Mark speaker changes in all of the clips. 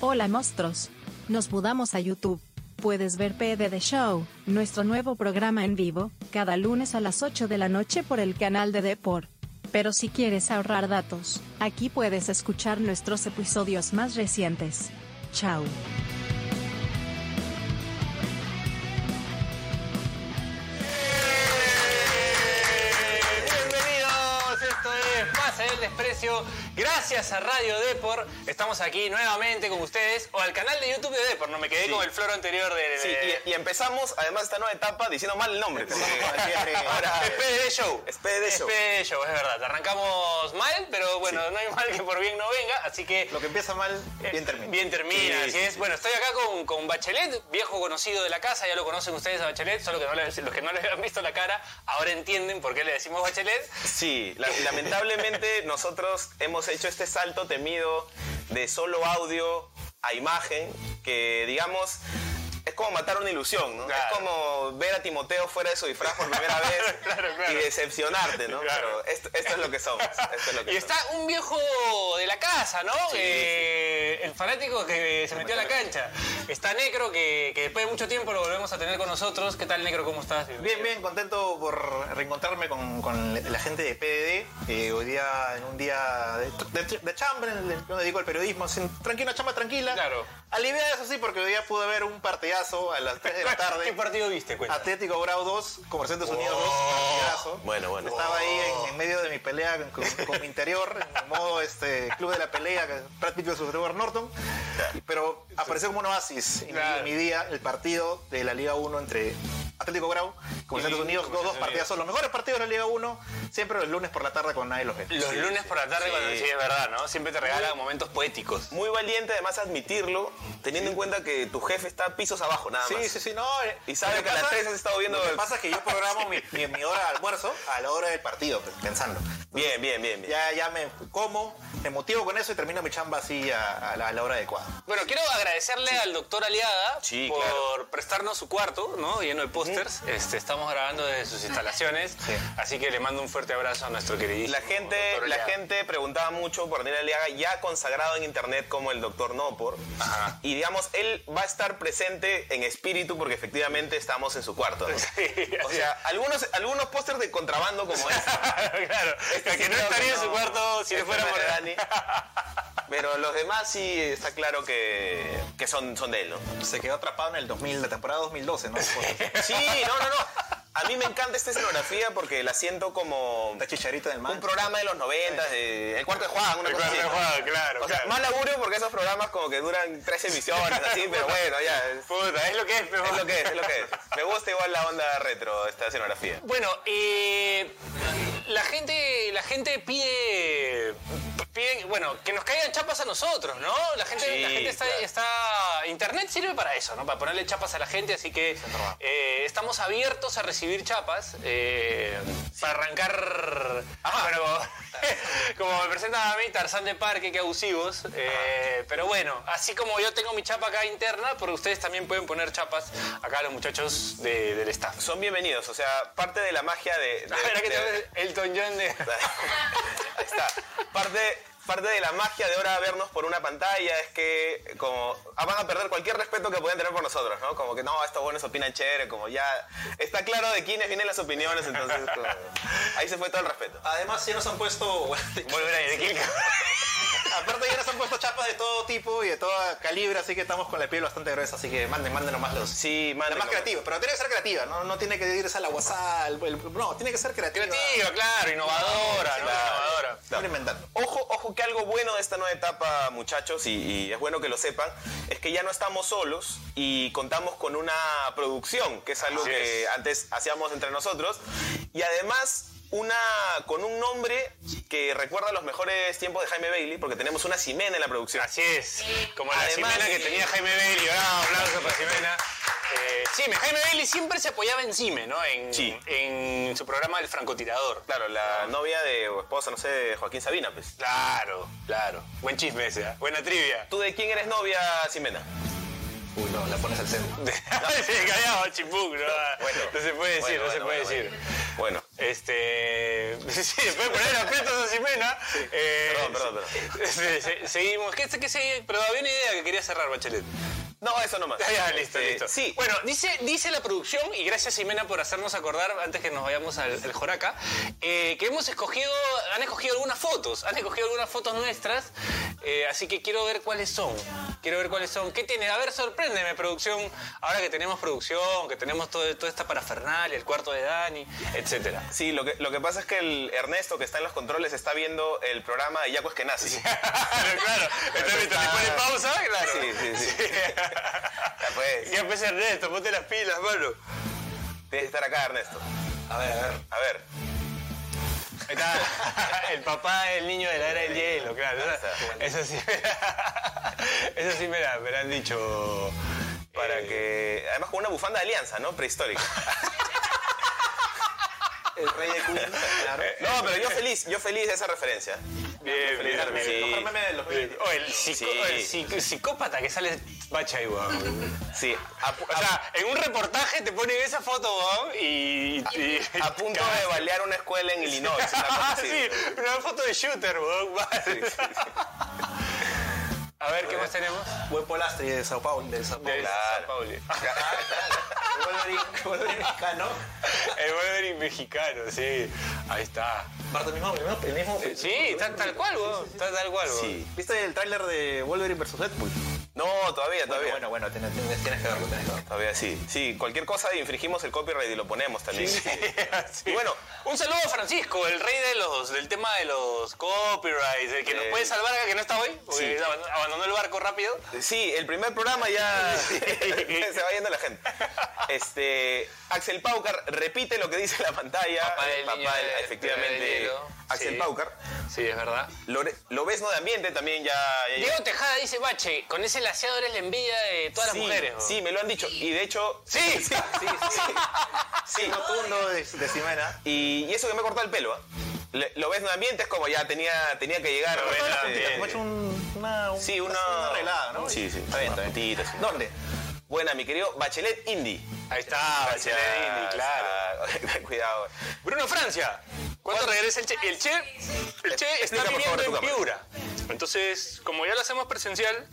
Speaker 1: Hola monstruos. Nos mudamos a YouTube. Puedes ver PD The Show, nuestro nuevo programa en vivo, cada lunes a las 8 de la noche por el canal de Deport. Pero si quieres ahorrar datos, aquí puedes escuchar nuestros episodios más recientes. Chao.
Speaker 2: Bienvenidos, esto es Más allá del desprecio. Gracias a Radio Depor, estamos aquí nuevamente con ustedes o al canal de YouTube de Depor. No me quedé
Speaker 3: Sí.
Speaker 2: con el floro anterior de.
Speaker 3: Sí, y, y empezamos además esta nueva etapa diciendo mal el nombre.
Speaker 2: Ahora,
Speaker 3: Ahora,
Speaker 2: es PDD Show.
Speaker 3: Es PDD Show.
Speaker 2: Es PDD Show, es verdad. Arrancamos mal, pero bueno, no hay mal que por bien no venga, así que.
Speaker 3: lo que empieza mal,
Speaker 2: Eh,
Speaker 3: bien termina.
Speaker 2: Bien termina,
Speaker 3: Sí,
Speaker 2: así
Speaker 3: sí,
Speaker 2: es.
Speaker 3: sí.
Speaker 2: Bueno, estoy acá con, con Bachelet, viejo conocido de la casa, ya lo conocen ustedes a Bachelet, solo que no le- los que no le han visto la cara ahora entienden por qué le decimos Bachelet.
Speaker 3: Sí, la- lamentablemente nosotros hemos hecho este salto temido de solo audio a imagen, que digamos es como matar una ilusión, ¿no?
Speaker 2: Claro.
Speaker 3: Es como ver a Timoteo fuera de su disfraz por primera vez
Speaker 2: Claro, claro.
Speaker 3: y decepcionarte, ¿no?
Speaker 2: Claro.
Speaker 3: Pero esto, esto es lo que somos. Esto es lo que
Speaker 2: Y
Speaker 3: somos.
Speaker 2: está un viejo de la casa, ¿no?
Speaker 3: Sí,
Speaker 2: Eh, El fanático que se metió a la cancha. Está Necro, que, que después de mucho tiempo lo volvemos a tener con nosotros. ¿Qué tal, Necro? ¿Cómo estás?
Speaker 4: Bien, bien, contento por reencontrarme con, con la gente de PDD. Eh, hoy día, en un día de, de- de chamba, en el- yo me dedico al periodismo, sin, tranquila, chamba tranquila.
Speaker 2: Claro.
Speaker 4: Aliviada, eso sí, porque hoy día pude ver un partidazo a las 3 de la
Speaker 2: ¿Qué
Speaker 4: tarde.
Speaker 2: partido viste,
Speaker 3: Pues,
Speaker 2: cuenta?
Speaker 4: Atlético Grau 2, Comerciantes Unidos 2, partidazo.
Speaker 3: Oh. Bueno, bueno.
Speaker 4: Estaba ahí en, en medio de mi pelea con, con- con mi interior, en modo este, club de la pelea, que Brad Pitt versus Trevor Norton. Pero apareció como un oasis en, mi-
Speaker 2: Claro.
Speaker 4: en mi día el partido de la Liga 1 entre Atlético Grau, con Estados Unidos, dos, dos partidos. Son los mejores partidos de la Liga 1, siempre los lunes por la tarde con nadie los ve.
Speaker 2: Los lunes por la tarde,
Speaker 3: Sí.
Speaker 2: cuando sí, es verdad, ¿no? Siempre te regalan momentos poéticos.
Speaker 3: Muy valiente además admitirlo, teniendo en cuenta que tu jefe está pisos abajo nada más.
Speaker 4: Sí, sí, sí, no. eh,
Speaker 3: Y sabe
Speaker 4: lo
Speaker 3: que a las
Speaker 4: pasa-
Speaker 3: tres has estado viendo-
Speaker 4: Lo que pasa es que yo programo mi, mi- mi hora de almuerzo a la hora del partido, pues, pensando.
Speaker 3: Bien, bien, bien, bien.
Speaker 4: Ya, ya me como, me motivo con eso y termino mi chamba así a, a la, a la hora adecuada.
Speaker 2: Bueno, quiero agradecerle al doctor Aliaga
Speaker 3: Sí,
Speaker 2: por
Speaker 3: claro.
Speaker 2: prestarnos su cuarto, ¿no? Lleno de pósters. Este, estamos grabando desde sus instalaciones.
Speaker 4: Sí.
Speaker 2: Así que le mando un fuerte abrazo a nuestro queridísimo.
Speaker 3: La gente,
Speaker 2: doctor
Speaker 3: la
Speaker 2: Aliaga.
Speaker 3: gente preguntaba mucho por Daniel Aliaga, ya consagrado en internet como el doctor Nopor.
Speaker 2: Ajá.
Speaker 3: Y digamos, él va a estar presente en espíritu porque efectivamente estamos en su cuarto. ¿no? O sea, algunos, algunos pósters de contrabando como este.
Speaker 2: claro,
Speaker 3: Este
Speaker 2: que
Speaker 3: sí
Speaker 2: no
Speaker 3: creo
Speaker 2: estaría en su cuarto si no
Speaker 3: este
Speaker 2: fuera
Speaker 3: no es
Speaker 2: por
Speaker 3: de Dani. Pero los demás sí está claro que, que son, son de él, ¿no?
Speaker 4: Se quedó atrapado en el 2000, la temporada 2012, ¿no?
Speaker 3: Sí, no, no, no. A mí me encanta esta escenografía porque la siento como
Speaker 4: Esta chicharita del mar.
Speaker 3: un programa de los 90, de- el cuarto de Juan, una
Speaker 2: El cuarto
Speaker 3: cosa así,
Speaker 2: de
Speaker 3: ¿no?
Speaker 2: Juan, claro,
Speaker 3: O sea,
Speaker 2: claro.
Speaker 3: más laburo porque esos programas como que duran tres emisiones, así, pero bueno, ya. Es,
Speaker 2: Puta, es lo que es, pero-
Speaker 3: es lo que es, es lo que es. Me gusta igual la onda retro, esta escenografía.
Speaker 2: Bueno, eh, la gente, la gente pide, pide, bueno, que nos caigan chapas a nosotros, ¿no? La gente,
Speaker 3: Sí,
Speaker 2: la gente está,
Speaker 3: claro.
Speaker 2: está- internet sirve para eso, ¿no? Para ponerle chapas a la gente, así que eh, estamos abiertos a recibir chapas eh, para arrancar. bueno, como, como me presenta a mí Tarzán de Parque, que abusivos. eh, pero bueno, así como yo tengo mi chapa acá interna, porque ustedes también pueden poner chapas acá a los muchachos de- del staff.
Speaker 3: Son bienvenidos, o sea, parte de la magia de. de-
Speaker 2: A ver, aquí
Speaker 3: de-
Speaker 2: tenemos Elton John de...
Speaker 3: Ahí está. Parte, parte de la magia de ahora vernos por una pantalla es que como ah, van a perder cualquier respeto que puedan tener por nosotros, ¿no? Como que no, estos buenos opinan chévere, como ya está claro de quiénes vienen las opiniones, entonces como, ahí se fue todo el respeto.
Speaker 4: Además, ya nos han puesto.
Speaker 2: Volver a ir, ¿de qué?
Speaker 4: Aparte, ya nos han puesto chapas de todo tipo y de todo calibre, así que estamos con la piel bastante gruesa. Así que manden, manden nomás los.
Speaker 3: Sí,
Speaker 4: La
Speaker 3: manden
Speaker 4: más
Speaker 3: nomás.
Speaker 4: creativa, pero tiene que ser creativa, no, no tiene que irse a la WhatsApp. el- el- no, tiene que ser creativa.
Speaker 2: Creativa, claro, innovadora, claro,
Speaker 4: Sí,
Speaker 2: innovadora.
Speaker 4: Siempre inventando.
Speaker 3: Ojo, ojo que algo bueno de esta nueva etapa, muchachos, y, y es bueno que lo sepan, es que ya no estamos solos y contamos con una producción, que es algo
Speaker 2: Así
Speaker 3: que
Speaker 2: es.
Speaker 3: antes hacíamos entre nosotros, y además una con un nombre que recuerda los mejores tiempos de Jaime Bailey, porque tenemos una Ximena en la producción.
Speaker 2: Así es, como la
Speaker 3: Además,
Speaker 2: Ximena que
Speaker 3: sí.
Speaker 2: tenía Jaime Bailey, bravo, aplauso para Ximena. Eh, Xime, Jaime Bailey siempre se apoyaba en Cime, ¿no? En,
Speaker 3: Sí.
Speaker 2: en su programa El Francotirador.
Speaker 3: Claro,
Speaker 2: Ah.
Speaker 3: la novia de o esposa, no sé, de Joaquín Sabina, pues.
Speaker 2: Claro, claro. Buen chisme ese, ¿ah? buena trivia.
Speaker 3: ¿Tú de quién eres novia, Ximena?
Speaker 4: Uy, no, la pones al centro.
Speaker 2: se callaba chimpú, ¿no?
Speaker 3: Bueno,
Speaker 2: no se puede decir,
Speaker 3: bueno,
Speaker 2: no se
Speaker 3: bueno,
Speaker 2: puede
Speaker 3: bueno,
Speaker 2: decir.
Speaker 3: Bueno,
Speaker 2: Este. Sí, después poner aprietos a Ximena. Eh,
Speaker 3: Perdón, perdón, perdón.
Speaker 2: sí, sí, seguimos. ¿Qué, qué se- pero había una idea que quería cerrar, Bachelet.
Speaker 3: No, eso nomás.
Speaker 2: Ah, ya, listo,
Speaker 3: Este,
Speaker 2: listo.
Speaker 3: Sí,
Speaker 2: Bueno, dice, dice la producción, y gracias Ximena por hacernos acordar antes que nos vayamos al, al Joraca, eh, que hemos escogido, han escogido algunas fotos, han escogido algunas fotos nuestras, eh, así que quiero ver cuáles son. Quiero ver cuáles son. ¿Qué tiene? A ver, sorpréndeme, producción. Ahora que tenemos producción, que tenemos todo, toda esta parafernalia, el cuarto de Dani, etcétera.
Speaker 3: Sí, lo que, lo que pasa es que el Ernesto, que está en los controles, está viendo el programa pues, de Yaco Eskenazi.
Speaker 2: claro, claro. Entonces, mientras le pone pausa, claro.
Speaker 3: Sí, sí, sí. Ya pues,
Speaker 2: Ya empecé Ernesto, ponte las pilas, mano.
Speaker 3: tienes que estar acá, Ernesto.
Speaker 2: A ver, a ver.
Speaker 3: A ver.
Speaker 2: Ahí está. El papá del niño de la era del hielo, claro. Eso, eso sí me la, eso sí me la, me la han dicho.
Speaker 3: Para
Speaker 2: eh,
Speaker 3: que. Además, con una bufanda de alianza, ¿no? Prehistórica.
Speaker 4: El rey de Queen, claro.
Speaker 3: Eh, No, pero yo feliz, yo feliz de esa referencia.
Speaker 2: Bien, bien,
Speaker 3: Feliz de
Speaker 2: bien.
Speaker 4: Los
Speaker 3: sí.
Speaker 4: memes de los
Speaker 2: Bien. O el, psico-
Speaker 3: Sí.
Speaker 2: o el psic- psicópata que sale bacha ahí, weón.
Speaker 3: Sí,
Speaker 2: O sea, en un reportaje te ponen esa foto, weón, y. y-
Speaker 3: a, a punto de balear una escuela en Illinois. una cosa
Speaker 2: Ah,
Speaker 3: así.
Speaker 2: sí, una foto de shooter, weón.
Speaker 3: Sí, sí, sí.
Speaker 2: A ver, ¿qué más tenemos?
Speaker 4: Buen Polastri de Sao Paulo. De Sao Paulo.
Speaker 2: De San
Speaker 3: Claro.
Speaker 2: Pauli.
Speaker 4: El Wolverine- el Wolverine mexicano.
Speaker 2: El Wolverine mexicano, sí. Ahí está.
Speaker 4: Parte del mismo, el mismo.
Speaker 2: Sí, está tal cual, weón. Está tal cual, weón.
Speaker 3: Sí.
Speaker 4: ¿Viste el tráiler de Wolverine vs Deadpool?
Speaker 3: No, todavía, todavía.
Speaker 4: Bueno, bueno, ten- ten- tienes, que verlo, tienes que verlo.
Speaker 3: Todavía sí. Sí, cualquier cosa infringimos el copyright y lo ponemos también.
Speaker 2: Sí.
Speaker 3: Y bueno,
Speaker 2: un saludo a Francisco, el rey de los, del tema de los copyrights, el que nos
Speaker 3: Eh.
Speaker 2: puede salvar, que no está hoy, porque aban- abandonó el barco rápido.
Speaker 3: Sí, el primer programa ya se va yendo la gente. Este, Axel Paucar repite lo que dice la pantalla.
Speaker 2: Papá del
Speaker 3: El
Speaker 2: niño de- del
Speaker 3: efectivamente.
Speaker 2: hielo.
Speaker 3: Axel
Speaker 2: Sí.
Speaker 3: Paucar.
Speaker 2: Sí, es verdad.
Speaker 3: Lore- Lobezno de Ambiente también ya. ya-
Speaker 2: Diego Tejada dice, Bache, con ese laseado eres la envidia de todas
Speaker 3: sí,
Speaker 2: las mujeres. weón".
Speaker 3: Sí, me lo han dicho. Y de hecho.
Speaker 2: Sí.
Speaker 3: sí, sí. sí, sí.
Speaker 4: Rotundo de, de Ximena.
Speaker 3: Y, y eso que me he cortado el pelo. ¿ah? Le- Lobezno de Ambiente es como ya tenía, tenía que llegar.
Speaker 2: Lobezno de
Speaker 3: este,
Speaker 2: Ambiente.
Speaker 4: Como ha hecho un- una, un-
Speaker 3: Sí, una.
Speaker 4: una arreglada, ¿no?
Speaker 3: Sí, sí.
Speaker 4: Está bien,
Speaker 3: una
Speaker 4: está bien.
Speaker 3: puntita, sí.
Speaker 4: ¿Dónde?
Speaker 3: Buena, mi querido Bachelet Indie.
Speaker 2: Ahí está, Bachelet,
Speaker 3: Gracias.
Speaker 2: claro.
Speaker 3: Ah, Cuidado.
Speaker 2: Bruno Francia, ¿cuándo regresa el Che? El Che, el che está
Speaker 3: Explica, por
Speaker 2: viviendo
Speaker 3: favor,
Speaker 2: en
Speaker 3: tu cámara.
Speaker 2: Piura. Entonces, como ya lo hacemos presencial,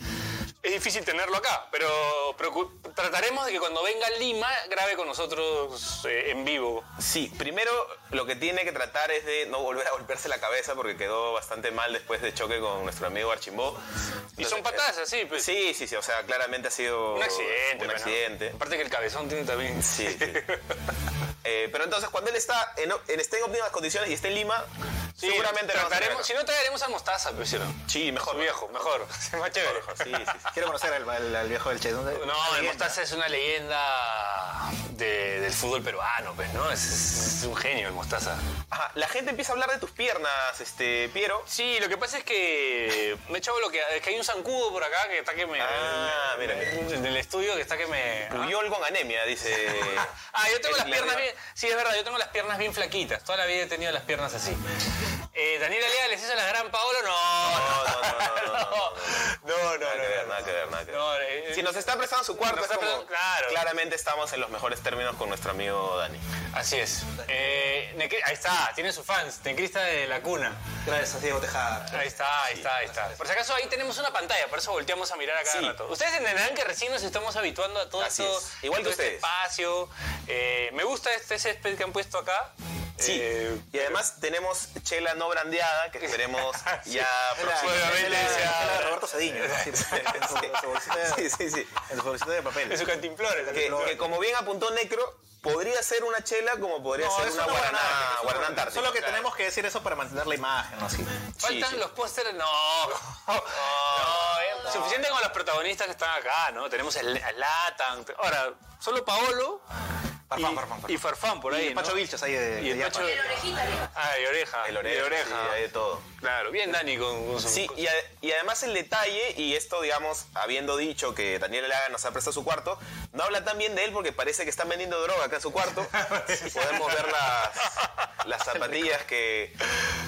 Speaker 2: es difícil tenerlo acá, pero procu- trataremos de que cuando venga a Lima grabe con nosotros eh, en vivo.
Speaker 3: Sí, primero lo que tiene que tratar es de no volver a golpearse la cabeza porque quedó bastante mal después de choque con nuestro amigo Archimbó.
Speaker 2: Y son patadas así, pues.
Speaker 3: eh, Sí, sí, sí. O sea, claramente ha sido
Speaker 2: Un accidente. pues,
Speaker 3: Un
Speaker 2: ¿no?
Speaker 3: accidente.
Speaker 2: Aparte que el cabezón tiene también.
Speaker 3: Sí, sí. Eh, pero entonces, cuando él está en, en- esté en óptimas condiciones y esté en Lima,
Speaker 2: Sí,
Speaker 3: seguramente lo vamos a tener
Speaker 2: trataremos, si no traeremos a Mostaza, pues, ¿sí o no?
Speaker 3: Sí, mejor.
Speaker 2: Su viejo, mejor, más chévere.
Speaker 3: acá. Sí, sí, sí.
Speaker 4: Quiero conocer al, al- al viejo del Che. ¿Dónde?
Speaker 2: No, el
Speaker 4: Leyenda.
Speaker 2: Mostaza es una leyenda de- del fútbol peruano, pues, ¿no? Es- es- es un genio el Mostaza.
Speaker 3: Ajá, la gente empieza a hablar de tus piernas, este, Piero.
Speaker 2: Sí, lo que pasa es que me he echado lo que, es que hay un zancudo por acá que está que me.
Speaker 3: Ah,
Speaker 2: me-
Speaker 3: mira, mira.
Speaker 2: En el estudio que está que me.
Speaker 3: Puyol con anemia, dice.
Speaker 2: Ah, yo tengo
Speaker 3: El
Speaker 2: las piernas
Speaker 3: Larriba.
Speaker 2: bien. Sí, es verdad, yo tengo las piernas bien flaquitas. Toda la vida he tenido las piernas así. Eh, Daniel Alea les hizo la gran Paolo. No,
Speaker 3: No, no, no, no, no, no, no.
Speaker 2: no, no,
Speaker 3: Nada que ver,
Speaker 2: no.
Speaker 3: nada que ver, nada que ver.
Speaker 2: No, eh,
Speaker 3: Si nos está prestando su cuarto,
Speaker 2: Nos
Speaker 3: es
Speaker 2: está
Speaker 3: como,
Speaker 2: prestando- claro.
Speaker 3: claramente estamos en los mejores términos con nuestro amigo Dani.
Speaker 2: Así es. Eh, Necri- ahí está, tiene sus fans. Necrista de la cuna.
Speaker 4: Gracias, Diego Tejada.
Speaker 2: Ahí está, ahí está, ahí está. Por si acaso ahí tenemos una pantalla, por eso volteamos a mirar a cada
Speaker 3: Sí.
Speaker 2: rato. Ustedes entenderán que recién nos estamos habituando a todo
Speaker 3: Así
Speaker 2: esto,
Speaker 3: es. Igual
Speaker 2: a
Speaker 3: que
Speaker 2: todo este
Speaker 3: ustedes.
Speaker 2: espacio. Eh, me gusta este césped que han puesto acá.
Speaker 3: Sí.
Speaker 2: Eh,
Speaker 3: y además tenemos chela no brandeada que esperemos
Speaker 2: Sí.
Speaker 3: ya
Speaker 2: Obviamente,
Speaker 4: Era-
Speaker 2: o sea-
Speaker 4: era Roberto Cediño. ¿no? Sí, En su en su bolsita de-
Speaker 3: Sí, sí, sí.
Speaker 4: en su bolsita de papel.
Speaker 2: en su cantimplores.
Speaker 3: Que,
Speaker 2: Cantimplores.
Speaker 3: que como bien apuntó Necro, podría ser una chela como podría ser
Speaker 4: es
Speaker 3: una
Speaker 4: una
Speaker 3: guaraná,
Speaker 4: guaraná,
Speaker 3: guaraná antártica.
Speaker 4: Solo que
Speaker 3: Claro.
Speaker 4: tenemos que decir eso para mantener la imagen, ¿no? Así.
Speaker 2: Faltan
Speaker 3: sí, sí.
Speaker 2: los pósteres. No. No, eh, Suficiente con los protagonistas que están acá, ¿no? Tenemos el, a Latan. Ahora, solo Paolo.
Speaker 4: Farfán,
Speaker 2: y,
Speaker 4: Farfán, Farfán.
Speaker 2: y Farfán por ahí.
Speaker 4: Y Pacho
Speaker 2: ¿no?
Speaker 4: Vilches ahí de.
Speaker 2: Y el
Speaker 4: de
Speaker 2: Pacho.
Speaker 4: Yapa.
Speaker 2: Ah, y oreja.
Speaker 3: El oreja,
Speaker 2: y
Speaker 3: sí, hay de todo.
Speaker 2: Claro, bien Dani con, con su.
Speaker 3: Sí,
Speaker 2: con-
Speaker 3: y, a- y además el detalle, y esto, digamos, habiendo dicho que Daniel Laga nos ha prestado su cuarto, no habla tan bien de él porque parece que están vendiendo droga acá en su cuarto. Podemos ver las, las zapatillas que,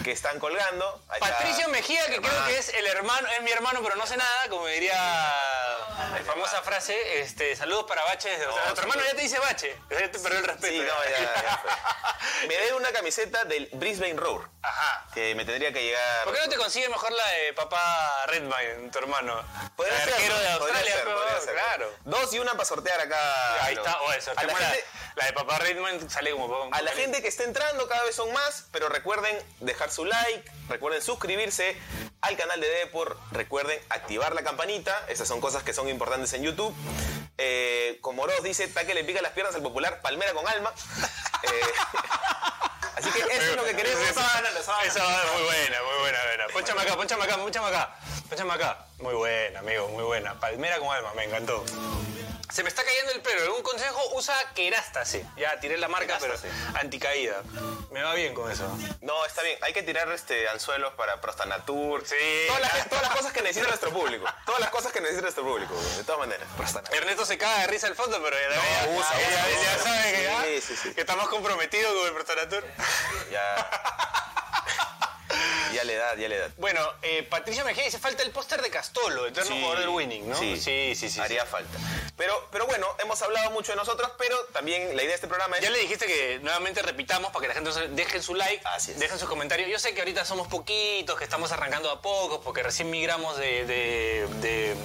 Speaker 3: que están colgando. Ahí está.
Speaker 2: Patricio Mejía, que creo
Speaker 3: Hermano.
Speaker 2: que es el hermano, es mi hermano, pero no sé nada, como diría famosa frase, este, saludos para Bache. desde- o sea,
Speaker 3: No,
Speaker 2: tu hermano
Speaker 3: sí.
Speaker 2: ya te dice Bache. Ya te perdió el respeto.
Speaker 3: Sí, no,
Speaker 2: ya.
Speaker 3: ya, ya fue. Me debe una camiseta del Brisbane Roar,
Speaker 2: Ajá.
Speaker 3: que me tendría que llegar...
Speaker 2: ¿Por qué no te consigue mejor la de papá Redmayne, tu hermano?
Speaker 3: Podría
Speaker 2: El
Speaker 3: ser,
Speaker 2: arquero
Speaker 3: ¿no?
Speaker 2: de
Speaker 3: Podría
Speaker 2: Australia,
Speaker 3: ser,
Speaker 2: pero,
Speaker 3: podría ser.
Speaker 2: claro.
Speaker 3: Dos y una para sortear acá.
Speaker 2: Ahí
Speaker 3: ¿no?
Speaker 2: está, oh, oye,
Speaker 3: a la,
Speaker 2: la,
Speaker 3: gente,
Speaker 2: la de papá Redmayne sale como papá.
Speaker 3: a la gente que está entrando cada vez son más, pero recuerden dejar su like, recuerden suscribirse al canal de Depor, recuerden activar la campanita, esas son cosas que son importantes en YouTube. Eh, como Ross dice, Taque le pica las piernas al popular Palmera con alma. Eh, así que eso es lo que queremos.
Speaker 2: Esa sábana, la sábana. Esa sábana es muy buena, muy buena, buena. Ponchame acá, ponchame acá, ponchame acá. Ponchame acá. Muy buena, amigo, muy buena. Palmera con alma, me encantó. Se me está cayendo el pelo. ¿Algún consejo? Usa kerástase. Ya tiré la marca, pero anticaída. Me va bien con eso.
Speaker 3: No, está bien. Hay que tirar este anzuelos para Prostanatur.
Speaker 2: Sí.
Speaker 3: Todas las, todas las cosas que necesita nuestro público. Todas las cosas que necesita nuestro público. De todas maneras. Prostanatur.
Speaker 2: Ernesto se caga de risa al fondo, pero ya, ya-
Speaker 3: usa,
Speaker 2: ya-
Speaker 3: usa,
Speaker 2: ya- ya
Speaker 3: usa.
Speaker 2: sabe que, ya-
Speaker 3: Sí, sí, sí.
Speaker 2: que está más comprometido con el Protaratur.
Speaker 3: Ya. ya le da, ya le da.
Speaker 2: Bueno, eh, Patricia Mejía dice, falta el póster de Castolo, eterno jugador del Winning, ¿no?
Speaker 3: Sí,
Speaker 2: sí, sí. sí,
Speaker 3: Haría falta. Pero, pero bueno, hemos hablado mucho de nosotros, pero también la idea de este programa es.
Speaker 2: Ya le dijiste que nuevamente repitamos para que la gente no se- dejen su like,
Speaker 3: Así es.
Speaker 2: dejen sus comentarios. Yo sé que ahorita somos poquitos, que estamos arrancando a pocos, porque recién migramos de, de- de-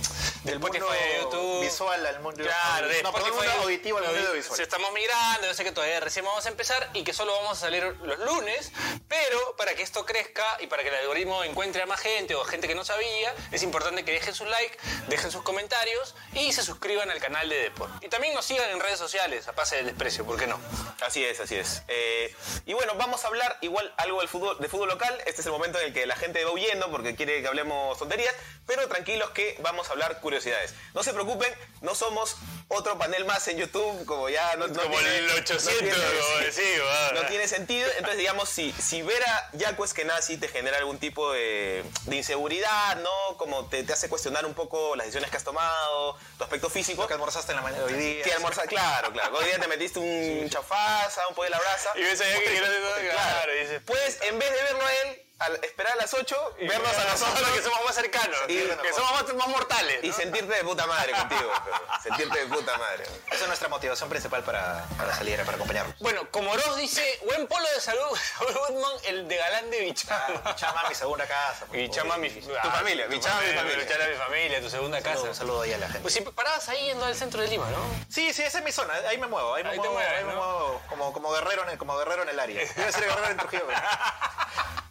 Speaker 2: del Spotify
Speaker 4: mundo
Speaker 2: a YouTube.
Speaker 4: visual al mundo
Speaker 2: Claro, de
Speaker 4: no, perdón,
Speaker 2: Spotify
Speaker 4: mundo
Speaker 2: a-
Speaker 4: auditivo al mundo
Speaker 2: audi-
Speaker 4: visual.
Speaker 2: Si estamos migrando, yo sé que todavía recién vamos a empezar y que solo vamos a salir los lunes, pero para que esto crezca y para que el algoritmo encuentre a más gente o gente que no sabía, es importante que dejen su like, dejen sus comentarios y se suscriban al canal de Deport. Y también nos sigan en redes sociales, a pase del desprecio, ¿por qué no?
Speaker 3: Así es, así es. Eh, y bueno, vamos a hablar igual algo del fútbol, de fútbol local. Este es el momento en el que la gente va huyendo porque quiere que hablemos tonterías, pero tranquilos que vamos a hablar curiosidades. No se preocupen, no somos otro panel más en YouTube, como ya no, no
Speaker 2: Como el 800,
Speaker 3: no tiene-
Speaker 2: como decimos, ah.
Speaker 3: no tiene sentido. Entonces, digamos, si, si ver a Jaco Eskenazi te genera algún tipo de, de inseguridad, ¿no? Como te, te hace cuestionar un poco las decisiones que has tomado, tu aspecto físico.
Speaker 4: Lo que almorzaste en la mañana de hoy día.
Speaker 3: Que almorzar, claro, claro. Hoy día te metiste un chafaza, un pollo de la brasa.
Speaker 2: Y ves allá que quieres hacer todo, claro, y dices,
Speaker 3: Puedes, en vez de verlo a él, al- esperar a las 8, vernos a nosotros
Speaker 2: que somos más cercanos,
Speaker 3: Sí,
Speaker 2: que somos más, más mortales.
Speaker 3: y
Speaker 2: ¿no?
Speaker 3: sentirte de puta madre contigo. pero, sentirte de puta madre.
Speaker 4: Esa es nuestra motivación principal para, para salir, para acompañarlos.
Speaker 2: Bueno, como Ross dice, buen polo de salud, Saúl Goodman, el de galán de Bichama.
Speaker 4: Chama Ah, mi segunda casa. por
Speaker 2: Y
Speaker 4: favor.
Speaker 2: chama mi
Speaker 3: Tu familia,
Speaker 2: tu
Speaker 3: Bichama, mi familia.
Speaker 2: Bichama, mi familia, tu segunda
Speaker 4: Un
Speaker 2: casa.
Speaker 4: saludo- Un saludo ahí a la gente.
Speaker 2: Pues si parabas ahí yendo al centro de Lima, ¿no?
Speaker 4: Sí, sí, esa es mi zona. Ahí me muevo. Ahí me
Speaker 2: Ahí te
Speaker 4: muevo.
Speaker 2: mueves,
Speaker 4: ahí me
Speaker 2: ¿no?
Speaker 4: muevo como, como, guerrero en el, como guerrero en el área. Yo a ser guerrero en Trujillo. pero-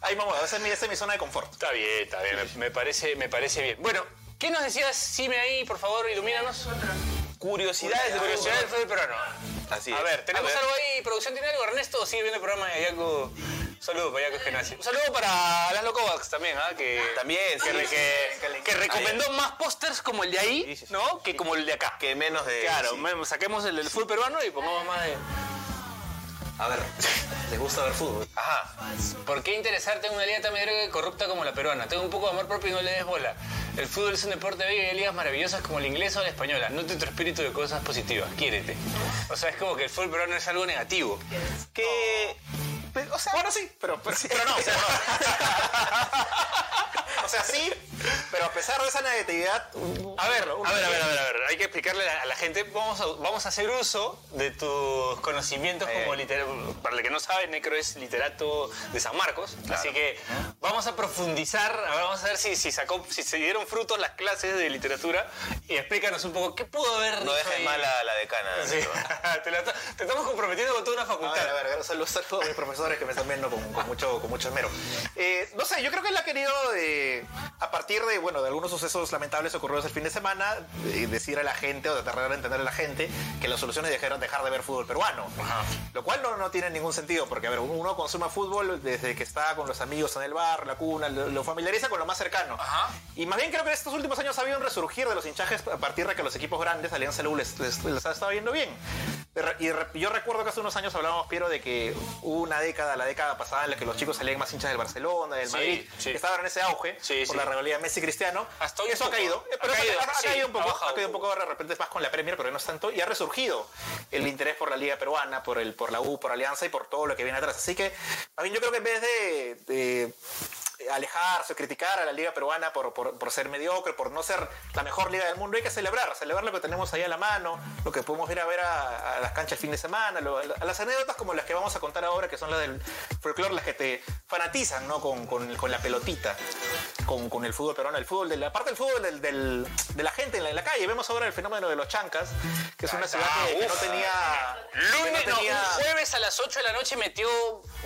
Speaker 4: Ahí me muevo. Esa es mi, esa es mi zona de confort.
Speaker 2: Está bien, está bien, me, me parece, me parece bien. Bueno, ¿qué nos decías, Sime, ahí, por favor, ilumínanos?
Speaker 3: Curiosidades de
Speaker 2: Curiosidad del fútbol peruano.
Speaker 3: Así
Speaker 2: A
Speaker 3: es.
Speaker 2: ver, ¿tenemos
Speaker 3: A ver.
Speaker 2: algo ahí? ¿Producción tiene algo? ¿Ernesto sigue viendo el programa de Yaco? Un saludo para Yaco Genasi. Un saludo para Laszlo Kovacs también, ¿ah? Que,
Speaker 3: También,
Speaker 2: que,
Speaker 3: sí,
Speaker 2: re-
Speaker 3: sí,
Speaker 2: que, que recomendó más pósters como el de ahí, ¿no? Que como el de acá.
Speaker 3: Que menos de.
Speaker 2: Claro,
Speaker 3: sí.
Speaker 2: me- saquemos el del fútbol peruano y pongamos más de...
Speaker 4: A ver, les gusta ver fútbol.
Speaker 3: Ajá.
Speaker 2: ¿Por qué interesarte en una liga tan mediocre y corrupta como la peruana? Tengo un poco de amor propio y no le des bola. El fútbol es un deporte vivo y hay ligas maravillosas como la inglesa o la española. Nutre tu espíritu de cosas positivas, quiérete. O sea, es como que el fútbol peruano es algo negativo.
Speaker 3: Que. pero, O sea,
Speaker 4: Bueno, sí, pero, pero, pero no, o sea, no. O sea, sí, pero a pesar de esa negatividad,
Speaker 2: A ver, a ver, a ver, a ver, a ver, hay que explicarle a a la gente, vamos a, vamos a hacer uso de tus conocimientos como
Speaker 3: Eh.
Speaker 2: literato, para el que no sabe, Necro es literato de San Marcos, así que vamos a profundizar, a ver, vamos a ver si, si sacó, si se dieron frutos las clases de literatura y explícanos un poco qué pudo haber
Speaker 3: no
Speaker 2: dicho
Speaker 3: dejes
Speaker 2: ahí?
Speaker 3: mal a la decana.
Speaker 2: Sí, te, la- te estamos comprometiendo con toda una
Speaker 4: A ver, a
Speaker 2: facultad.
Speaker 4: ver, un saludo, saludo a mis profesores que me están viendo con, con mucho, con mucho esmero. Eh, no sé, yo creo que él ha querido, eh, a partir de, bueno, de algunos sucesos lamentables ocurridos el fin de semana, eh, decir a la gente o tratar de entender a la gente que la solución es dejar, dejar de ver fútbol peruano. Lo cual no, no tiene ningún sentido, porque, a ver, uno consuma fútbol desde que está con los amigos en el bar, la cuna, lo, lo familiariza con lo más cercano.
Speaker 2: Ajá.
Speaker 4: Y más bien creo que estos últimos años ha habido un resurgir de los hinchajes a partir de que los equipos grandes, Alianza Lula, les, les- les ha estado yendo bien. De re- Y re- yo recuerdo que hace unos años hablábamos, Piero, de que hubo una década, la década pasada, en la que los chicos salían más hinchas del Barcelona, del
Speaker 2: Sí,
Speaker 4: Madrid,
Speaker 2: sí.
Speaker 4: que estaban en ese auge
Speaker 2: Sí,
Speaker 4: por
Speaker 2: sí.
Speaker 4: la rivalidad Messi-Cristiano.
Speaker 2: Hasta hoy
Speaker 4: Eso
Speaker 2: un
Speaker 4: ha
Speaker 2: poco.
Speaker 4: caído.
Speaker 2: Ha
Speaker 4: ¿eh? Pero
Speaker 2: caído,
Speaker 4: ha, ha
Speaker 2: sí,
Speaker 4: caído un
Speaker 2: ha
Speaker 4: poco,
Speaker 2: bajado
Speaker 4: ha caído un
Speaker 2: un poco.
Speaker 4: poco de repente es más con la Premier, pero no es tanto. Y ha resurgido el interés por la Liga Peruana, por, el, por la U, por Alianza y por todo lo que viene atrás. Así que, a mí yo creo que en vez de, de eh, alejarse o criticar a la liga peruana por, por, por ser mediocre, por no ser la mejor liga del mundo. Hay que celebrar, celebrar lo que tenemos ahí a la mano, lo que podemos ir a ver a, a las canchas el fin de semana, lo- a las anécdotas como las que vamos a contar ahora, que son las del folclore, las que te fanatizan ¿no? con, con- con la pelotita, con, con el fútbol peruano, el fútbol, de la parte del fútbol del- del- de la gente en la, en la calle. Vemos ahora el fenómeno de los chancas, que es una
Speaker 3: Ah,
Speaker 4: ciudad que, que no
Speaker 2: uf.
Speaker 4: tenía...
Speaker 2: Lunes,
Speaker 4: que no
Speaker 2: no,
Speaker 4: tenía-
Speaker 2: un jueves a las 8 de la noche metió.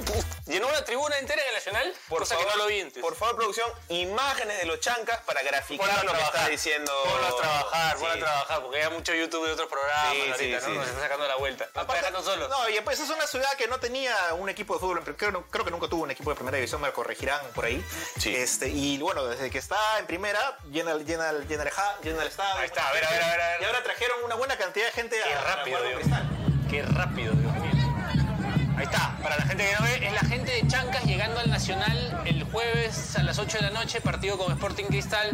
Speaker 2: puf, llenó una tribuna entera en el Nacional.
Speaker 3: Por
Speaker 2: cosa
Speaker 3: favor,
Speaker 2: que no lo vi antes.
Speaker 3: Por favor, producción, imágenes de los chancas para graficar
Speaker 2: Ponlo a
Speaker 3: lo que está
Speaker 2: trabajar.
Speaker 3: diciendo.
Speaker 2: Ponlo a trabajar, ponlo
Speaker 3: Sí.
Speaker 2: a trabajar, porque hay mucho YouTube de otros programas
Speaker 3: Sí, sí,
Speaker 2: ahorita, ¿no?
Speaker 3: sí.
Speaker 2: Nos está sacando la vuelta. Nos está
Speaker 4: Aparte-
Speaker 2: dejando solos.
Speaker 4: No, y pues es una ciudad que no tenía un equipo de fútbol, pero creo, creo que nunca tuvo un equipo de primera división, me lo corregirán por ahí.
Speaker 3: Sí.
Speaker 4: Este, y bueno, desde que está en primera, llena, el- llena, el- llena, el, ja- llena el estadio.
Speaker 2: Ahí está, a ver, a ver, a ver, a ver.
Speaker 4: Y ahora trajeron una buena cantidad de gente
Speaker 2: Qué
Speaker 4: a- a
Speaker 2: rápido,
Speaker 4: Guardo
Speaker 2: Dios.
Speaker 4: Cristal.
Speaker 2: Qué rápido, Dios mío. Ahí está, para la gente que no ve, es la gente de Chancas llegando al Nacional el jueves a las 8 de la noche, partido con Sporting Cristal.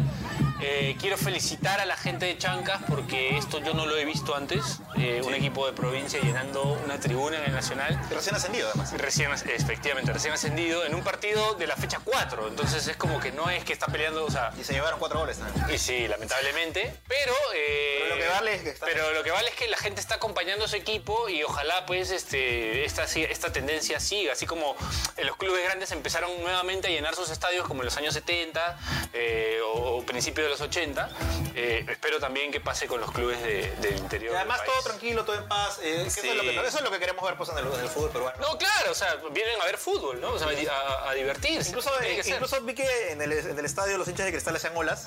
Speaker 2: Eh, quiero felicitar a la gente de Chancas porque esto yo no lo he visto antes. Eh, Un equipo de provincia llenando una tribuna en el Nacional.
Speaker 4: Recién ascendido, además.
Speaker 2: Recién, efectivamente, recién ascendido en un partido de la fecha 4. Entonces es como que no es que está peleando, o sea,
Speaker 4: Y se llevaron cuatro goles. ¿no?
Speaker 2: y sí, lamentablemente. Pero, eh,
Speaker 4: Pero lo que vale es que está-
Speaker 2: pero lo que vale es que la gente está acompañando a su equipo y ojalá pues este, esta, si- esta tendencia siga. Así como eh, los clubes grandes empezaron nuevamente a llenar sus estadios como en los años 70 eh, o, o principio de los 80. eh, espero también que pase con los clubes de- del interior.
Speaker 4: Y además
Speaker 2: del
Speaker 4: todo
Speaker 2: país.
Speaker 4: tranquilo, todo en paz. eh, que eso, es lo que,
Speaker 3: Sí.
Speaker 4: eso es lo que queremos ver pues, en, el, en el fútbol peruano.
Speaker 2: No, claro, o sea, vienen a ver fútbol, ¿no? O sea, a, a divertirse.
Speaker 4: Incluso,
Speaker 2: Tiene que ser.
Speaker 4: incluso vi que en el, en el estadio los hinchas de cristal hacían olas.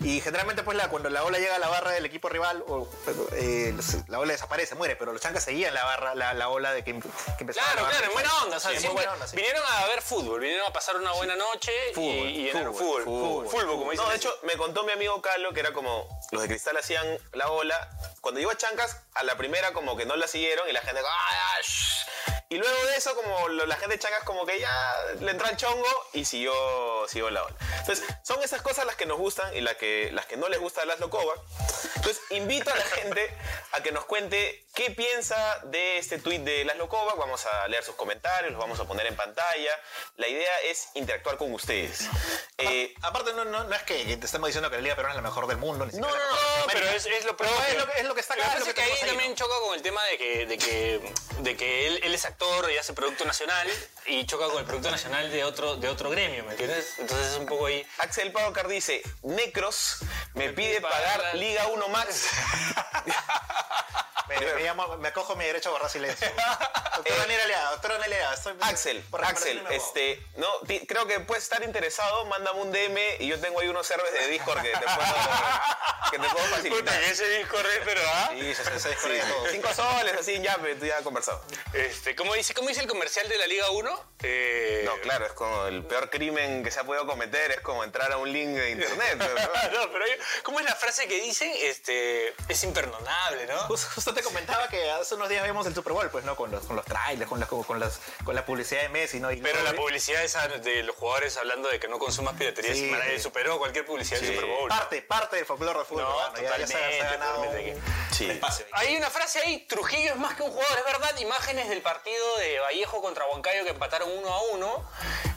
Speaker 4: Y generalmente, pues, la, cuando la ola llega a la barra del equipo rival, o, eh, la ola desaparece, muere. Pero los chancas seguían la barra, la, la ola de que, em- que empezaba.
Speaker 2: Claro,
Speaker 4: la barra.
Speaker 2: claro, en buena onda. o sea,
Speaker 4: Sí, en muy
Speaker 2: siempre
Speaker 4: buena onda, sí.
Speaker 2: Vinieron a ver fútbol, vinieron a pasar una buena noche y,
Speaker 4: Fútbol,
Speaker 2: y llenaron
Speaker 4: fútbol,
Speaker 2: fútbol.
Speaker 4: fútbol,
Speaker 2: como dicen.
Speaker 3: No, de hecho, me contó mi amigo Carlos que era como los de cristal hacían la ola. Cuando llegó a Chancas, a la primera como que no la siguieron y la gente. "Ah, ah, shh". Y luego de eso, como lo- la gente de Chancas, como que ya le entró al chongo y siguió, siguió la ola. Entonces, son esas cosas las que nos gustan y las que, las que no les gusta a las locobas. Entonces, invito a la gente a que nos cuente qué piensa de este tuit de Las Locobas. Vamos a leer sus comentarios, los vamos a poner en pantalla. La idea es interactuar con ustedes. Eh,
Speaker 4: Aparte, no, no, no es que te estemos diciendo que la Liga Peruana es la mejor del mundo. ni
Speaker 2: No, no,
Speaker 4: siquiera la mejor de
Speaker 2: no, pero
Speaker 4: América.
Speaker 2: es, es lo
Speaker 4: Pero
Speaker 2: propio.
Speaker 4: es lo que- es lo que está acá,
Speaker 2: Lo
Speaker 4: es
Speaker 2: que
Speaker 4: lo
Speaker 2: pasa es
Speaker 4: que
Speaker 2: que ahí
Speaker 4: tenemos ahí,
Speaker 2: también
Speaker 4: ¿no?
Speaker 2: choca con el tema de que, de que, de que él, él es actor y hace producto nacional y choca con el producto nacional de otro, de otro gremio, ¿me entiendes? Entonces es un poco ahí.
Speaker 3: Axel Paucar dice, Necros me pide pagar Liga 1 Max.
Speaker 4: Me, me llamo- me acojo mi derecho a borrar silencio. doctora Nelia Leao, doctora Nelia Leao, estoy-
Speaker 3: Axel,
Speaker 4: por
Speaker 3: Axel,
Speaker 4: recordarme, wow.
Speaker 3: este, no, ti- creo que puedes estar interesado, mándame un DM y yo tengo ahí unos servers de Discord que te puedo, que te puedo facilitar.
Speaker 2: ese disco re, pero ah.
Speaker 4: Sí, se- se- se discorre de todo.
Speaker 3: Cinco soles, así, ya, pero tú ya has conversado.
Speaker 2: Este, ¿cómo, dice, ¿Cómo dice el comercial de la Liga 1? Eh,
Speaker 3: No, claro, es como el peor crimen que se ha podido cometer, es como entrar a un link de internet. pues, ¿no?
Speaker 2: no, pero hay- ¿cómo es la frase que dicen? Este, es imperdonable, ¿no?
Speaker 4: Justo, justo te comentaba que hace unos días vimos el Super Bowl, pues, ¿no? Con los, con los trailers, con, las- con, con las, con la publicidad de Messi, ¿no? Y eh,
Speaker 2: Pero la
Speaker 4: y-
Speaker 2: publicidad esa de los jugadores hablando de que no consumas piratería
Speaker 4: Sí.
Speaker 2: es- superó cualquier publicidad del
Speaker 3: Sí.
Speaker 2: Super Bowl.
Speaker 4: Parte, parte del folclore de fútbol.
Speaker 2: No,
Speaker 4: peruano, ya, ya se, ha- se ha
Speaker 2: totalmente,
Speaker 4: ganado
Speaker 2: totalmente
Speaker 4: un
Speaker 3: Sí.
Speaker 4: espacio ahí.
Speaker 2: Hay una frase ahí, Trujillo es más que un jugador, es verdad, imágenes del partido de Vallejo contra Huancayo que empataron uno a uno.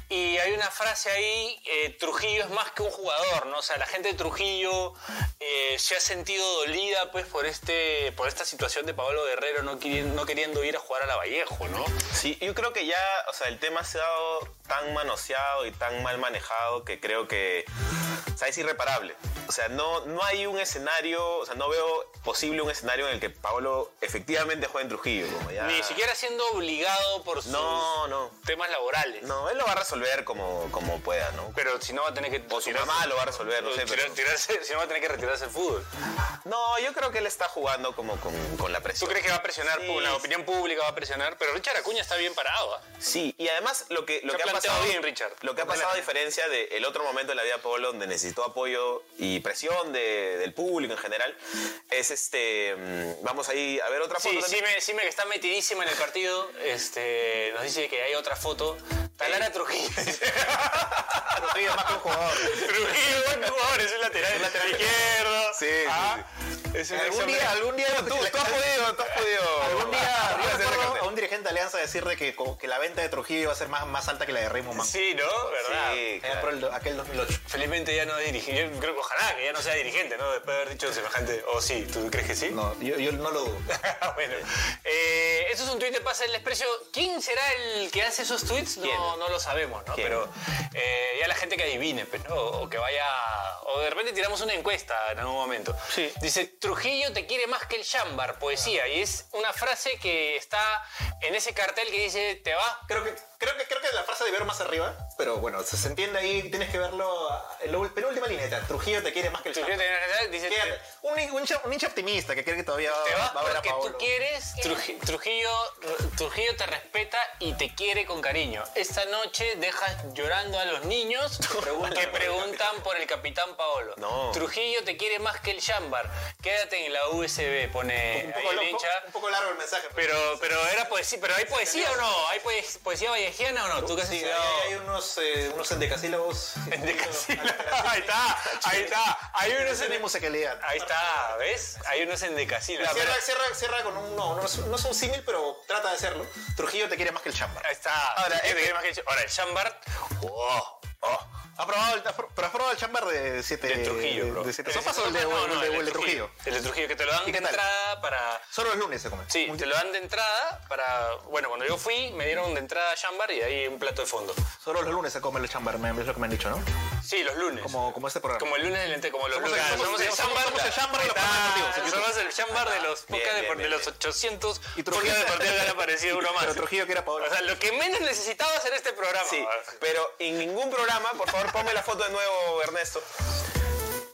Speaker 2: Y hay una frase ahí, eh, Trujillo es más que un jugador, ¿no? O sea, la gente de Trujillo eh, se ha sentido dolida pues por este por esta situación de Pablo Guerrero no queriendo, no queriendo ir a jugar a la Vallejo, ¿no?
Speaker 3: Sí, yo creo que ya, o sea, el tema se ha dado tan manoseado y tan mal manejado que creo que, o sea, es irreparable. O sea, no, no hay un escenario, o sea, no veo posible un escenario en el que Pablo efectivamente juegue en Trujillo. como ya-
Speaker 2: Ni siquiera siendo obligado por sus
Speaker 3: No, no.
Speaker 2: temas laborales.
Speaker 3: No, él lo va a resolver como, como pueda, ¿no?
Speaker 2: Pero si no va a tener que...
Speaker 3: O su
Speaker 2: retirarse-
Speaker 3: mamá lo va a resolver, no sé,
Speaker 2: tirar-
Speaker 3: pero-
Speaker 2: tirarse- si no va a tener que retirarse del fútbol.
Speaker 3: No, yo creo que él está jugando como con, con la
Speaker 2: ¿Tú
Speaker 3: presión.
Speaker 2: crees que va a presionar?
Speaker 3: Sí,
Speaker 2: pu- la
Speaker 3: sí.
Speaker 2: opinión pública va a presionar, pero Richard Acuña está bien parado. ¿ah?
Speaker 3: Sí, y además lo que, lo
Speaker 2: Se
Speaker 3: que
Speaker 2: ha
Speaker 3: ha
Speaker 2: planteado
Speaker 3: pasado
Speaker 2: bien, Richard.
Speaker 3: Lo que ha pasado a diferencia del otro momento de la vida de Pablo donde necesitó apoyo y presión de- del público en general, es este. mm, Vamos ahí a ver otra
Speaker 2: Sí,
Speaker 3: foto.
Speaker 2: sí,
Speaker 3: también.
Speaker 2: me, sí, me que está metidísima en el partido. Este, nos dice que hay otra foto.
Speaker 3: Eh.
Speaker 2: Talara Trujillo.
Speaker 4: Trujillo es más que un jugador.
Speaker 2: Trujillo, buen jugador, es un lateral, lateral izquierdo.
Speaker 3: Sí,
Speaker 4: Ah,
Speaker 3: sí, sí. Es un
Speaker 4: algún
Speaker 3: examen.
Speaker 4: día- algún día-
Speaker 3: Tú, tú has podido, tú has podido.
Speaker 4: Algún día yo
Speaker 3: Hacer ese
Speaker 4: recuerdo
Speaker 3: cartel.
Speaker 4: a un dirigente de Alianza decir de que, co- que la venta de Trujillo iba a ser más, más alta que la de Raymond Man.
Speaker 2: Sí, ¿no? ¿Verdad?
Speaker 3: Sí,
Speaker 4: Allá por el do- aquel 2008.
Speaker 2: Felizmente ya no dirige. Yo creo que ojalá que ya no sea dirigente, ¿no? Después de haber dicho semejante. ¿O sí? ¿Tú crees que sí?
Speaker 4: No, yo, yo no lo dudo.
Speaker 2: bueno. Eh, eso es un tuit de pasa el desprecio. ¿Quién será el que hace esos tweets?
Speaker 3: ¿Quién?
Speaker 2: No, no lo sabemos, ¿no?
Speaker 3: ¿Quién?
Speaker 2: Pero eh, ya la gente que adivine, pues, ¿no? O que vaya. O de repente tiramos una encuesta en algún momento.
Speaker 3: Sí.
Speaker 2: Dice: Trujillo te quiere más que el Chambar, poesía. Y es una frase que está en ese cartel que dice: Te vas.
Speaker 4: Creo que, creo que, creo que la frase de ver más arriba, pero bueno, se, se entiende ahí, tienes que verlo ah, en la ul- penúltima lineta. Trujillo te quiere más que el
Speaker 2: Trujillo
Speaker 4: Champa.
Speaker 2: te quiere más que el- dice-
Speaker 4: Quédate. un, un, hincha- un hincha optimista que cree que todavía
Speaker 2: Te vas
Speaker 4: va, a ver a
Speaker 2: porque
Speaker 4: Paolo.
Speaker 2: tú quieres, Truji- Trujillo, Trujillo te respeta y te quiere con cariño. Esta noche dejas llorando a los niños que preguntan por el capitán Paolo.
Speaker 3: No.
Speaker 2: Trujillo te quiere más que el Chambar. Quédate en la USB, pone ahí
Speaker 4: Un poco,
Speaker 2: el
Speaker 4: lo-
Speaker 2: hincha.
Speaker 4: un poco largo el mensaje,
Speaker 2: Pero, pero era poesía, pero hay poesía o no, hay poes- poesía vallejiana o no, tú qué has
Speaker 4: Sí,
Speaker 2: estudiado?
Speaker 4: ahí hay unos, eh, unos endecasílabos.
Speaker 2: Ahí está, ahí está, hay unos
Speaker 4: Esa es mi
Speaker 2: en
Speaker 4: musicalidad.
Speaker 2: ahí está, ¿ves? Hay unos en decasílabos.
Speaker 4: Cierra, cierra, cierra con un. No, no es, no es un símil, pero trata de hacerlo. Trujillo te quiere más que el chambar.
Speaker 2: Ahí está.
Speaker 4: Ahora,
Speaker 2: ¿Qué te
Speaker 4: este-
Speaker 2: quiere más que el Ch- Ahora, el Chambard. Oh, oh.
Speaker 4: ¿Ha probado el, pero has probado el chambar de siete
Speaker 2: De Trujillo, bro.
Speaker 4: Eh, De siete sopas o el de,
Speaker 2: No, no,
Speaker 4: o el de- o el de Trujillo.
Speaker 2: El de Trujillo, que te lo dan
Speaker 4: ¿Y
Speaker 2: de
Speaker 4: qué tal?
Speaker 2: entrada para.
Speaker 4: Solo los lunes se come.
Speaker 2: Sí, te lo dan de entrada para. Bueno, cuando yo fui, me dieron de entrada chambar y ahí un plato de fondo.
Speaker 4: Solo los lunes se come el chambar, me- es lo que me han dicho, ¿no?
Speaker 2: Sí, los lunes.
Speaker 4: Como, como este programa.
Speaker 2: Como el lunes del ente, como los
Speaker 4: Somos el-
Speaker 2: lunes.
Speaker 4: somos-
Speaker 2: Somos el
Speaker 4: somos-
Speaker 2: chambar.
Speaker 4: somos el chambar de los
Speaker 2: Ahí está.
Speaker 4: podcasts deportivos, en YouTube.
Speaker 2: Somos el chambar de los podcasts
Speaker 3: Bien, bien,
Speaker 2: depor- de
Speaker 3: bien,
Speaker 2: los
Speaker 3: bien.
Speaker 2: 800
Speaker 4: Y Trujillo-
Speaker 2: podcasts deportivos que han aparecido uno más.
Speaker 4: Pero Trujillo que era Paolo.
Speaker 2: O sea, lo que menos necesitabas en este programa.
Speaker 3: Ah, Sí,
Speaker 2: ¿verdad?
Speaker 3: pero en ningún programa, por favor, ponme la foto de nuevo, Ernesto.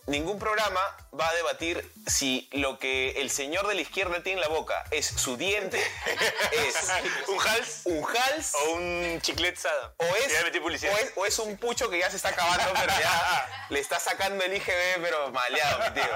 Speaker 3: Ningún programa va a debatir si lo que el señor de la izquierda tiene en la boca es su diente, es
Speaker 2: un hals
Speaker 3: un hals
Speaker 2: o un chiclete Sada.
Speaker 3: o es,
Speaker 2: Ya metí publicidad.
Speaker 3: o es- o es un pucho que ya se está acabando, pero ya le está sacando el IGB, pero maleado, mi tío.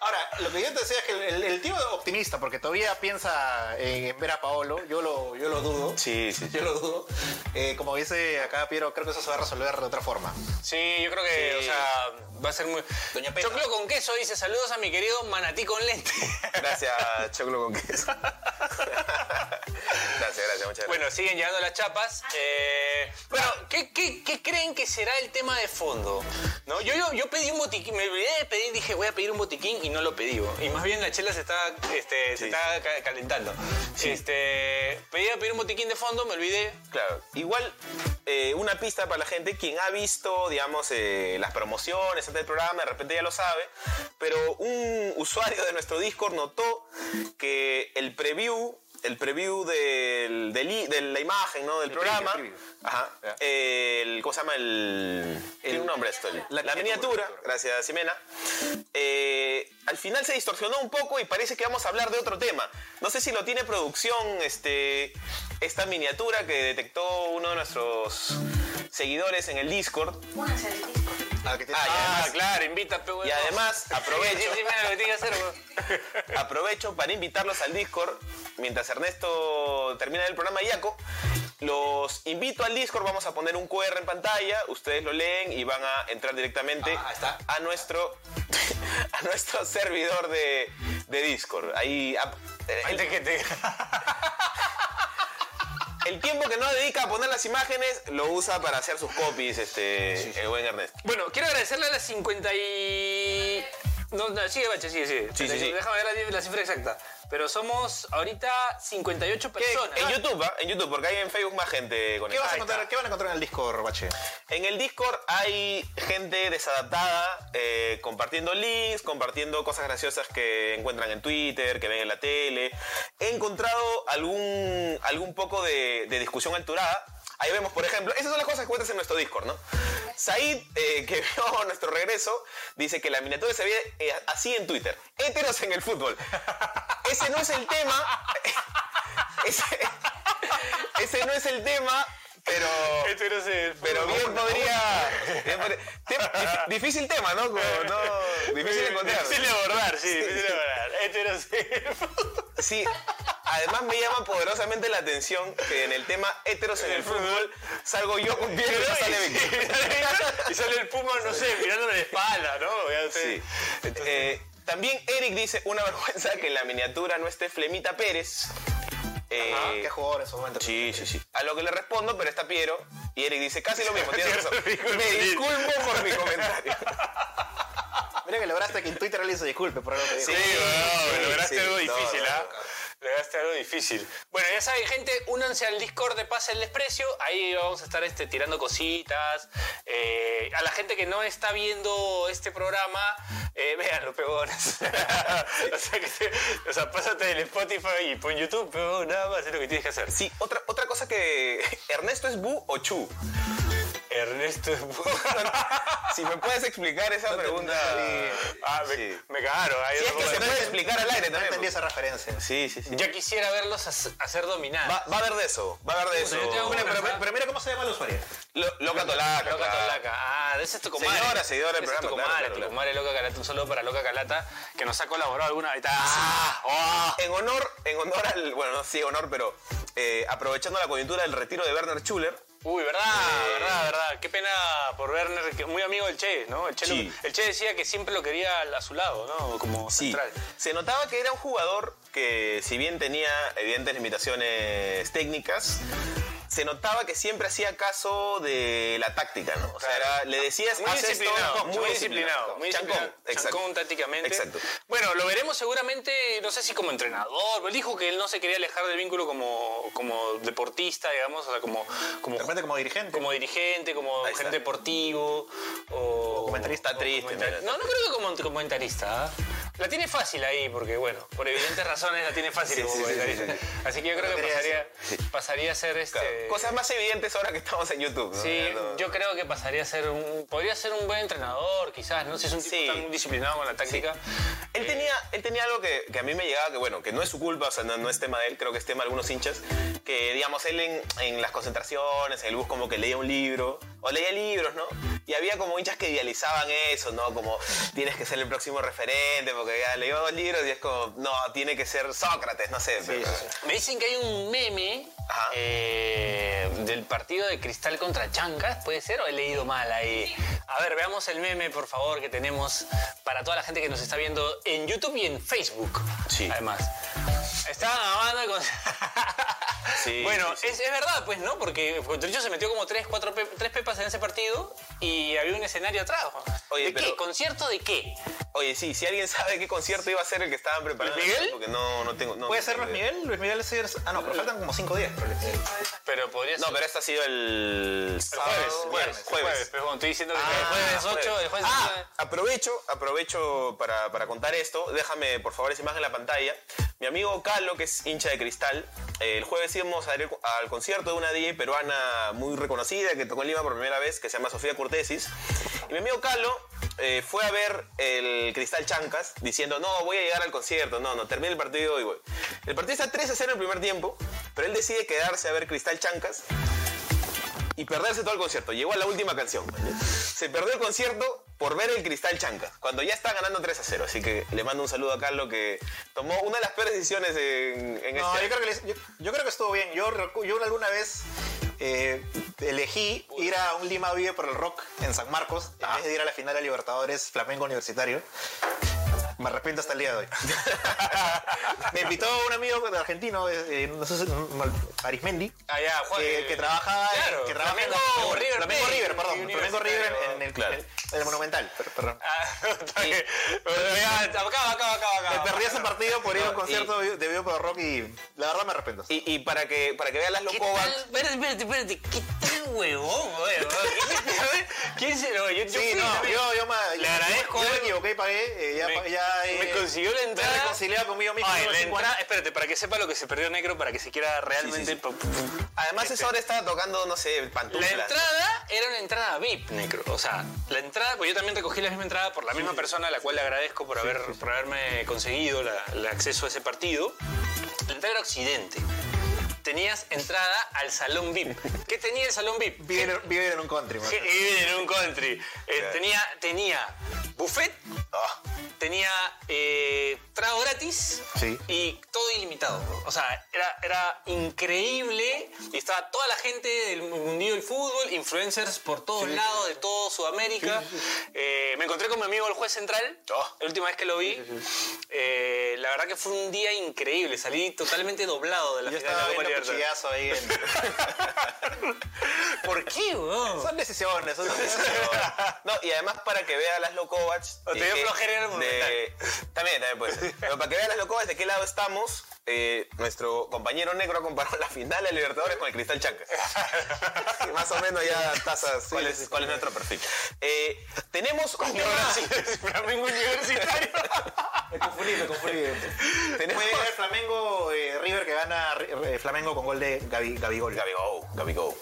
Speaker 4: Ahora, lo que yo te decía es que el, el- el tío es optimista, porque todavía piensa en, en ver a Paolo, yo lo, yo lo dudo.
Speaker 3: Sí, sí, sí.
Speaker 4: Yo lo dudo. Eh, como dice acá Piero, creo que eso se va a resolver de otra forma.
Speaker 2: Sí, yo creo que,
Speaker 3: Sí.
Speaker 2: o sea, va a ser muy.
Speaker 4: Doña Peta.
Speaker 2: Choclo con queso dice saludos a mi querido manatí con lente.
Speaker 3: Gracias, Choclo con queso. Gracias, gracias, muchas gracias.
Speaker 2: bueno, siguen llegando las chapas. Eh, bueno, ¿qué, qué, qué creen que será el tema de fondo? ¿No? Yo, yo, yo pedí un botiquín, me olvidé de pedir, dije voy a pedir un botiquín y no lo pedí. bo. Y más bien la chela se está, este, se
Speaker 3: Sí.
Speaker 2: está ca- calentando. Este, pedí a pedir un botiquín de fondo, me olvidé.
Speaker 3: Claro, igual eh, una pista para la gente, quien ha visto, digamos, eh, las promociones antes del programa, de repente ya lo sabe, pero un usuario de nuestro Discord notó que el preview, el preview del, del i- de la imagen, ¿no? Del
Speaker 4: El
Speaker 3: programa,
Speaker 4: preview, el preview.
Speaker 3: ajá,
Speaker 4: Ya.
Speaker 3: el, ¿cómo se llama? El, tiene un nombre esto, el- la,
Speaker 4: La
Speaker 3: miniatura,
Speaker 4: miniatura.
Speaker 3: gracias Ximena, eh, al final se distorsionó un poco y parece que vamos a hablar de otro tema. No sé si lo tiene producción este, esta miniatura que detectó uno de nuestros seguidores en el Discord.
Speaker 5: Únanse al disco.
Speaker 4: Al que tiene-
Speaker 3: Ah,
Speaker 2: Ah,
Speaker 3: además-
Speaker 2: claro, invita, pe,
Speaker 3: Y
Speaker 2: huevón.
Speaker 3: además
Speaker 2: Sí, sí,
Speaker 3: aprovecho,
Speaker 2: sí, mira lo que tiene que hacer, bo.
Speaker 3: aprovecho para invitarlos al Discord. Mientras Ernesto termina el programa de Iaco, los invito al Discord. Vamos a poner un QR en pantalla. Ustedes lo leen y van a entrar directamente
Speaker 4: Ah, ahí está.
Speaker 3: a nuestro a nuestro servidor de, de Discord. Ahí ah, eh, ap-
Speaker 2: Ay, te- que te-
Speaker 3: El tiempo que no dedica a poner las imágenes lo usa para hacer sus copies, este, el buen Ernesto.
Speaker 2: Bueno, quiero agradecerle a las 50 y... No, no, sigue, Bache, sigue, sigue.
Speaker 3: Sí, sí, sí.
Speaker 2: Déjame ver la, la cifra exacta. Pero somos ahorita 58
Speaker 3: Que
Speaker 2: personas.
Speaker 3: en YouTube, ¿ah? en YouTube, porque hay en Facebook más gente
Speaker 4: Ah, ¿Qué,
Speaker 3: conectada.
Speaker 4: vas a
Speaker 3: Ahí
Speaker 4: encontrar, ¿Qué van a encontrar en el disco, Bache?
Speaker 3: está. En el Discord hay gente desadaptada eh, compartiendo links, compartiendo cosas graciosas que encuentran en Twitter, que ven en la tele. He encontrado algún, algún poco de, de discusión alturada. Ahí vemos, por ejemplo, esas son las cosas que cuentas en nuestro Discord, ¿no? Said, eh, que vio nuestro regreso, dice que la miniatura se ve eh, así en Twitter. Héteros en el fútbol. Ese no es el tema. Ese, ese no es el tema, pero.
Speaker 2: Este
Speaker 3: Pero bien podría. bien podría- Tem- dif- difícil tema, ¿no? Como, no difícil de encontrar.
Speaker 2: Este Difícil de abordar, sí, difícil de abordar. Hétero, sí.
Speaker 3: Sí, Además me llama poderosamente la atención que en el tema heteros en el fútbol salgo yo con bien y no sale Víctor.
Speaker 2: y sale el puma, no sé, mirándole la espalda, ¿no? Ya sé.
Speaker 3: Sí. Eh, también Eric dice una vergüenza que en la miniatura no esté Flemita Pérez. Eh,
Speaker 4: Ah, Qué jugador en su momento.
Speaker 3: Sí, sí, sí. A lo que le respondo, pero está Piero. Y Eric dice casi lo mismo, tienes razón. Me disculpo por mi comentario.
Speaker 4: Mira Ah, que lograste que en Twitter alguien se disculpe por algo que dijo.
Speaker 2: Sí,
Speaker 3: Sí,
Speaker 2: weón,
Speaker 3: sí,
Speaker 2: lograste
Speaker 3: sí,
Speaker 2: algo
Speaker 3: no,
Speaker 2: difícil,
Speaker 3: no,
Speaker 2: ¿ah?
Speaker 3: no, no.
Speaker 2: Lograste algo difícil. Bueno, ya saben, gente, únanse al Discord de Pase el Desprecio. Ahí vamos a estar este, tirando cositas. Eh, a la gente que no está viendo este programa, eh, véanlo, pegones. o, sea, que te- o sea, pásate del Spotify y pon YouTube, pegón, nada más es lo que tienes que hacer.
Speaker 3: Sí, otra, otra cosa que. ¿Ernesto es Bu o Chu?
Speaker 2: Ernesto es
Speaker 3: Si me puedes explicar esa pregunta.
Speaker 2: Ah, me,
Speaker 3: Sí.
Speaker 2: me cagaron. ahí
Speaker 3: Si es
Speaker 2: no
Speaker 3: que
Speaker 2: puedo
Speaker 3: se
Speaker 2: decir.
Speaker 3: puede explicar al aire
Speaker 4: No entendí
Speaker 3: también. pues.
Speaker 4: esa referencia.
Speaker 3: Sí, sí, sí.
Speaker 2: Yo quisiera verlos hacer- hacer dominar.
Speaker 3: Va, va a haber de eso. Va a haber de eso.
Speaker 2: yo te hago una-
Speaker 4: Pero, pero- pero mira cómo se llama el usuario.
Speaker 3: Lo- Loca Tolaca.
Speaker 2: Loca
Speaker 3: claro.
Speaker 2: Tolaca. Ah, ese es tu comadre.
Speaker 3: Señora, señora del
Speaker 2: Ese es tu
Speaker 3: programa,
Speaker 2: comadre,
Speaker 3: claro, claro,
Speaker 2: tu
Speaker 3: claro.
Speaker 2: comadre Loca Calata. Un saludo para Loca Calata, que nos ha colaborado alguna vez. ¡Ah! ¡Oh!
Speaker 3: En honor, en honor al. Bueno, no sí, honor, pero eh, aprovechando la coyuntura del retiro de Werner Schuller.
Speaker 2: Uy, verdad, verdad, verdad. Qué pena por Werner, que muy amigo del Che, ¿no? El che, lo-
Speaker 3: Sí.
Speaker 2: el Che decía que siempre lo quería al- a su lado, ¿no? Como
Speaker 3: Sí.
Speaker 2: central.
Speaker 3: Se notaba que era un jugador que, si bien tenía evidentes limitaciones técnicas, se notaba que siempre hacía caso de la táctica, ¿no? O sea,
Speaker 2: Claro.
Speaker 3: era- le decías
Speaker 2: Muy
Speaker 3: "Haz esto",
Speaker 2: disciplinado,
Speaker 3: no,
Speaker 2: muy disciplinado, muy
Speaker 3: Chancón,
Speaker 2: disciplinado.
Speaker 3: exacto.
Speaker 2: Chancón tácticamente.
Speaker 3: Exacto.
Speaker 2: Bueno, lo veremos seguramente, no sé si como entrenador, él dijo que él no se quería alejar del vínculo como, como deportista, digamos, o sea, como, como
Speaker 4: De repente como dirigente.
Speaker 2: como dirigente, como
Speaker 3: Ahí está.
Speaker 2: gerente deportivo o
Speaker 3: comentarista
Speaker 2: o
Speaker 3: triste,
Speaker 2: comentar-
Speaker 3: mira.
Speaker 2: No, no creo que como como comentarista. ¿ah? La tiene fácil ahí porque bueno, por evidentes razones la tiene fácil
Speaker 3: Sí,
Speaker 2: como
Speaker 3: sí, sí,
Speaker 2: comentarista.
Speaker 3: sí,
Speaker 2: Así que yo creo que
Speaker 4: quería
Speaker 2: pasaría, pasaría a ser este
Speaker 3: Claro. Cosas más evidentes ahora que estamos en YouTube. ¿no?
Speaker 2: Sí,
Speaker 3: Ya no-
Speaker 2: yo creo que pasaría a ser un podría ser un buen entrenador, quizás, no sé, es un tipo
Speaker 3: Sí.
Speaker 2: tan disciplinado con la táctica.
Speaker 3: Él tenía, él tenía algo que, que a mí me llegaba, que bueno, que no es su culpa, o sea, no, no es tema de él, creo que es tema de algunos hinchas, que digamos, él en, en las concentraciones, en el bus como que leía un libro, o leía libros, ¿no? Y había como hinchas que idealizaban eso, ¿no? Como tienes que ser el próximo referente, porque ya leí dos libros y es como, no, tiene que ser Sócrates, no sé. pero-
Speaker 2: Me dicen que hay un meme
Speaker 3: Ajá.
Speaker 2: eh, del partido de Cristal contra Chancas, ¿puede ser? ¿O he leído mal ahí? A ver, veamos el meme, por favor, que tenemos para toda la gente que nos está viendo en YouTube y en Facebook.
Speaker 3: Sí.
Speaker 2: Además. Estaban grabando con...
Speaker 3: Sí,
Speaker 2: bueno,
Speaker 3: sí, sí.
Speaker 2: Es, es verdad, pues, ¿no? Porque Contricho se metió como tres, cuatro pe- tres pepas en ese partido y había un escenario atrás.
Speaker 3: Oye,
Speaker 2: ¿De qué?
Speaker 3: pero-
Speaker 2: ¿Concierto de qué?
Speaker 3: Oye, sí, si alguien sabe qué concierto iba a ser el que estaban preparando.
Speaker 2: ¿Luis Miguel?
Speaker 3: Porque no, no tengo... no-
Speaker 4: ¿Puede
Speaker 3: no
Speaker 4: ser
Speaker 3: tengo
Speaker 4: Luis
Speaker 3: idea.
Speaker 4: Miguel? Luis Miguel es... el- Ah, no,
Speaker 3: Eh,
Speaker 4: pero faltan como 5 días. pero-
Speaker 2: Pero podría
Speaker 3: No,
Speaker 2: ser-
Speaker 3: pero este ha sido el...
Speaker 2: El jueves,
Speaker 3: sábado-
Speaker 2: el viernes, el
Speaker 3: jueves. jueves.
Speaker 2: Pero bueno, estoy diciendo que
Speaker 3: Ah,
Speaker 2: el jueves 8, el jueves
Speaker 3: Ah,
Speaker 2: 9.
Speaker 3: aprovecho, aprovecho para, para contar esto. Déjame, por favor, esa imagen en la pantalla. Mi amigo Carlo, que es hincha de cristal, eh, el jueves íbamos a ir al concierto de una DJ peruana muy reconocida que tocó en Lima por primera vez, que se llama Sofía Cortesis. Y mi amigo Carlo eh, fue a ver el Cristal Chancas diciendo, no, voy a llegar al concierto, no, no, termina el partido y voy. El partido está 3 a 0 en el primer tiempo, pero él decide quedarse a ver Cristal Chancas y perderse todo el concierto. Llegó a la última canción. Se perdió el concierto por ver el Cristal Chanca, cuando ya está ganando 3 a 0. Así que le mando un saludo a Carlos que tomó una de las peores decisiones en, en este
Speaker 4: No, yo
Speaker 3: año.
Speaker 4: creo, que les- yo, yo creo que estuvo bien. Yo, recu- yo alguna vez eh, elegí ir a un Lima Vive por el Rock en San Marcos
Speaker 2: Ah.
Speaker 4: en vez de ir a la final de Libertadores Flamengo Universitario. Me arrepiento hasta el día de hoy. Me invitó un amigo argentino, eh, eh, no sé si- no, Arismendi,
Speaker 2: Ah, ya, Juan,
Speaker 4: que,
Speaker 2: eh,
Speaker 4: que trabajaba en-
Speaker 2: claro,
Speaker 4: que trabaja en la-
Speaker 2: Flamengo, River
Speaker 4: Flamengo
Speaker 2: Plate,
Speaker 4: River, perdón, Flamengo River en, en el,
Speaker 3: Claro.
Speaker 4: en el- en el Monumental, per- perdón.
Speaker 2: Ah, está bien. Vea, Acá, acá, acá, acá.
Speaker 4: Me perdí ese partido por ir a un
Speaker 3: No, y-
Speaker 4: concierto de de Vive por el Rock y la verdad me arrepiento.
Speaker 3: Y, y para que para que vean las
Speaker 2: ¿Qué tal?
Speaker 3: locobas.
Speaker 2: Espérate, espérate, espérate. ¿Qué tal huevón, weón? ¿Quién se lo.? Yo, yo
Speaker 4: Sí,
Speaker 2: fui,
Speaker 4: no,
Speaker 2: también.
Speaker 4: yo, yo me,
Speaker 2: Le agradezco,
Speaker 4: Yo, me
Speaker 2: eh.
Speaker 4: equivoqué y pagué. eh, ya,
Speaker 2: me,
Speaker 4: pa- ya, eh,
Speaker 2: me consiguió la
Speaker 4: me he
Speaker 2: entrada.
Speaker 4: reconciliado conmigo mismo.
Speaker 2: Ay,
Speaker 4: ¿no?
Speaker 2: la
Speaker 4: Cinco
Speaker 2: entrada.
Speaker 4: años.
Speaker 2: Espérate, para que sepa lo que se perdió Negro, para que se quiera realmente.
Speaker 3: sí.
Speaker 2: pa- pa-
Speaker 3: Además, esa hora estaba tocando, no sé,
Speaker 2: La
Speaker 3: pantuflas.
Speaker 2: entrada era una entrada VIP, Necro. O sea, la entrada, pues yo también recogí la misma entrada por la misma persona, a la cual le agradezco por, haber, por haberme conseguido la- el acceso a ese partido. La entrada era Occidente. Tenías entrada al salón VIP. ¿Qué tenía el salón VIP?
Speaker 4: Viven, en- viven en un country, man.
Speaker 2: Que viven en un country. Eh,
Speaker 3: Claro.
Speaker 2: tenía, tenía buffet,
Speaker 3: Ah,
Speaker 2: tenía eh, trago gratis
Speaker 4: Sí.
Speaker 2: y todo ilimitado. O sea, era, era increíble y estaba toda la gente del mundillo del fútbol, influencers por todos lados, de todo Sudamérica. Eh, me encontré con mi amigo el juez central, la última vez que lo vi. Eh, la verdad que fue un día increíble, salí totalmente doblado de la
Speaker 3: Yo
Speaker 2: final de la
Speaker 3: estaba
Speaker 2: Copa Libertadores.
Speaker 3: viendo cuchillazo ahí. en-
Speaker 2: ¿Por qué, weón?
Speaker 4: Son decisiones, son decisiones.
Speaker 3: no, y además para que vea las Kovacs.
Speaker 2: O te
Speaker 3: de
Speaker 2: dio
Speaker 3: qué-
Speaker 2: flojera en el Monumental.
Speaker 3: de- También, también puede ser. Pero para que vea las Kovacs de qué lado estamos, eh, nuestro compañero negro comparó la final de Libertadores con el Cristal Chancas. Sí, Más o menos ya tasas. ¿Cuál es, cuál es nuestro perfil? Eh, tenemos un tema.
Speaker 2: Flamengo universitario.
Speaker 4: Me confundí, me confundí.
Speaker 3: Tenemos-
Speaker 4: Fue el Flamengo eh, River que gana eh, Flamengo con gol de Gabi, Gabigol.
Speaker 3: Gabigol, Gabigol.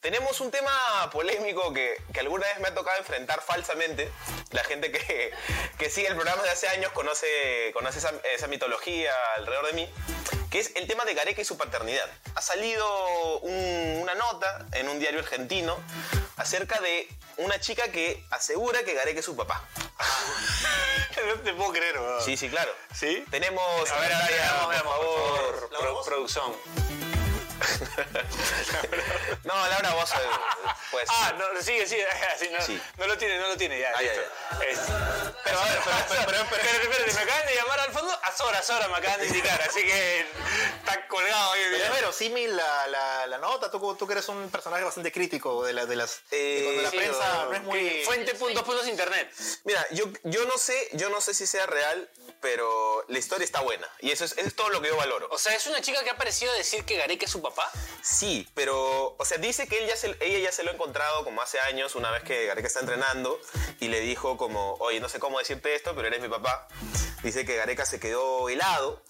Speaker 3: Tenemos un tema polémico que, que alguna vez me ha tocado enfrentar falsamente. La gente que, que sigue el programa de hace años conoce, conoce esa, esa mitología alrededor de mí, que es el tema de Gareca y su paternidad. Ha salido un- una nota en un diario argentino acerca de una chica que asegura que Gareca es su papá.
Speaker 2: no te puedo creer, weón.
Speaker 3: Sí, sí, claro.
Speaker 2: ¿Sí?
Speaker 3: Tenemos...
Speaker 2: A ver, a ver,
Speaker 3: pantalla,
Speaker 2: veamos, veamos,
Speaker 3: por favor.
Speaker 2: Pro- producción.
Speaker 3: No, Laura, vos... eh, Pues,
Speaker 2: Ah, no, sigue, sigue. Así no,
Speaker 3: Sí.
Speaker 2: no lo tiene, no lo tiene, ya.
Speaker 3: Ah, ya,
Speaker 2: listo. Este. Es-
Speaker 3: Pero, a ver, pero- pero- pero- pero-
Speaker 2: Espérate, espérate, me acaban de llamar al fondo. A Sora, Sora me acaban de indicar, así que está colgado ahí.
Speaker 4: Pero, pero Simi, la, la, la nota, tú, tú que eres un personaje bastante crítico de, la- de las...
Speaker 3: Eh,
Speaker 4: de cuando la
Speaker 3: sí,
Speaker 4: prensa
Speaker 3: o-
Speaker 4: no es muy...
Speaker 2: Fuente puntos puntos internet.
Speaker 3: Mira, yo, yo no sé, yo no sé si sea real, pero la historia está buena. Y eso es, eso es todo lo que yo valoro.
Speaker 2: O sea, es una chica que ha parecido decir que Gareca es su papá.
Speaker 3: Sí, pero, o sea, dice que él ya se- ella ya se lo ha encontrado como hace años, una vez que Gareca está entrenando, y le dijo como, oye, no sé cómo decirte esto, pero eres mi papá. Dice que Gareca se quedó helado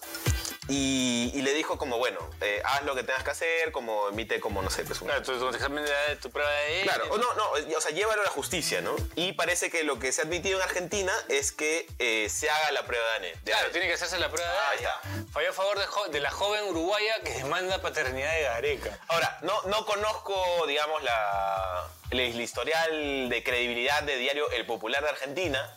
Speaker 3: y, y le dijo como, bueno, eh, haz lo que tengas que hacer, como emite como, no sé, pues un...
Speaker 2: tu, tu examen de tu prueba de.
Speaker 3: Claro, o no, no, o sea, llévalo a la justicia, ¿no? Y parece que lo que se ha admitido en Argentina es que eh, se haga la prueba de ADN. de
Speaker 2: Claro,
Speaker 3: ADN.
Speaker 2: tiene que hacerse la prueba de
Speaker 3: Ah,
Speaker 2: ADN. Falló a favor de, jo- de la joven uruguaya que demanda paternidad de Gareca.
Speaker 3: Ahora, no, no conozco, digamos, la, el, el historial de credibilidad de diario El Popular de Argentina,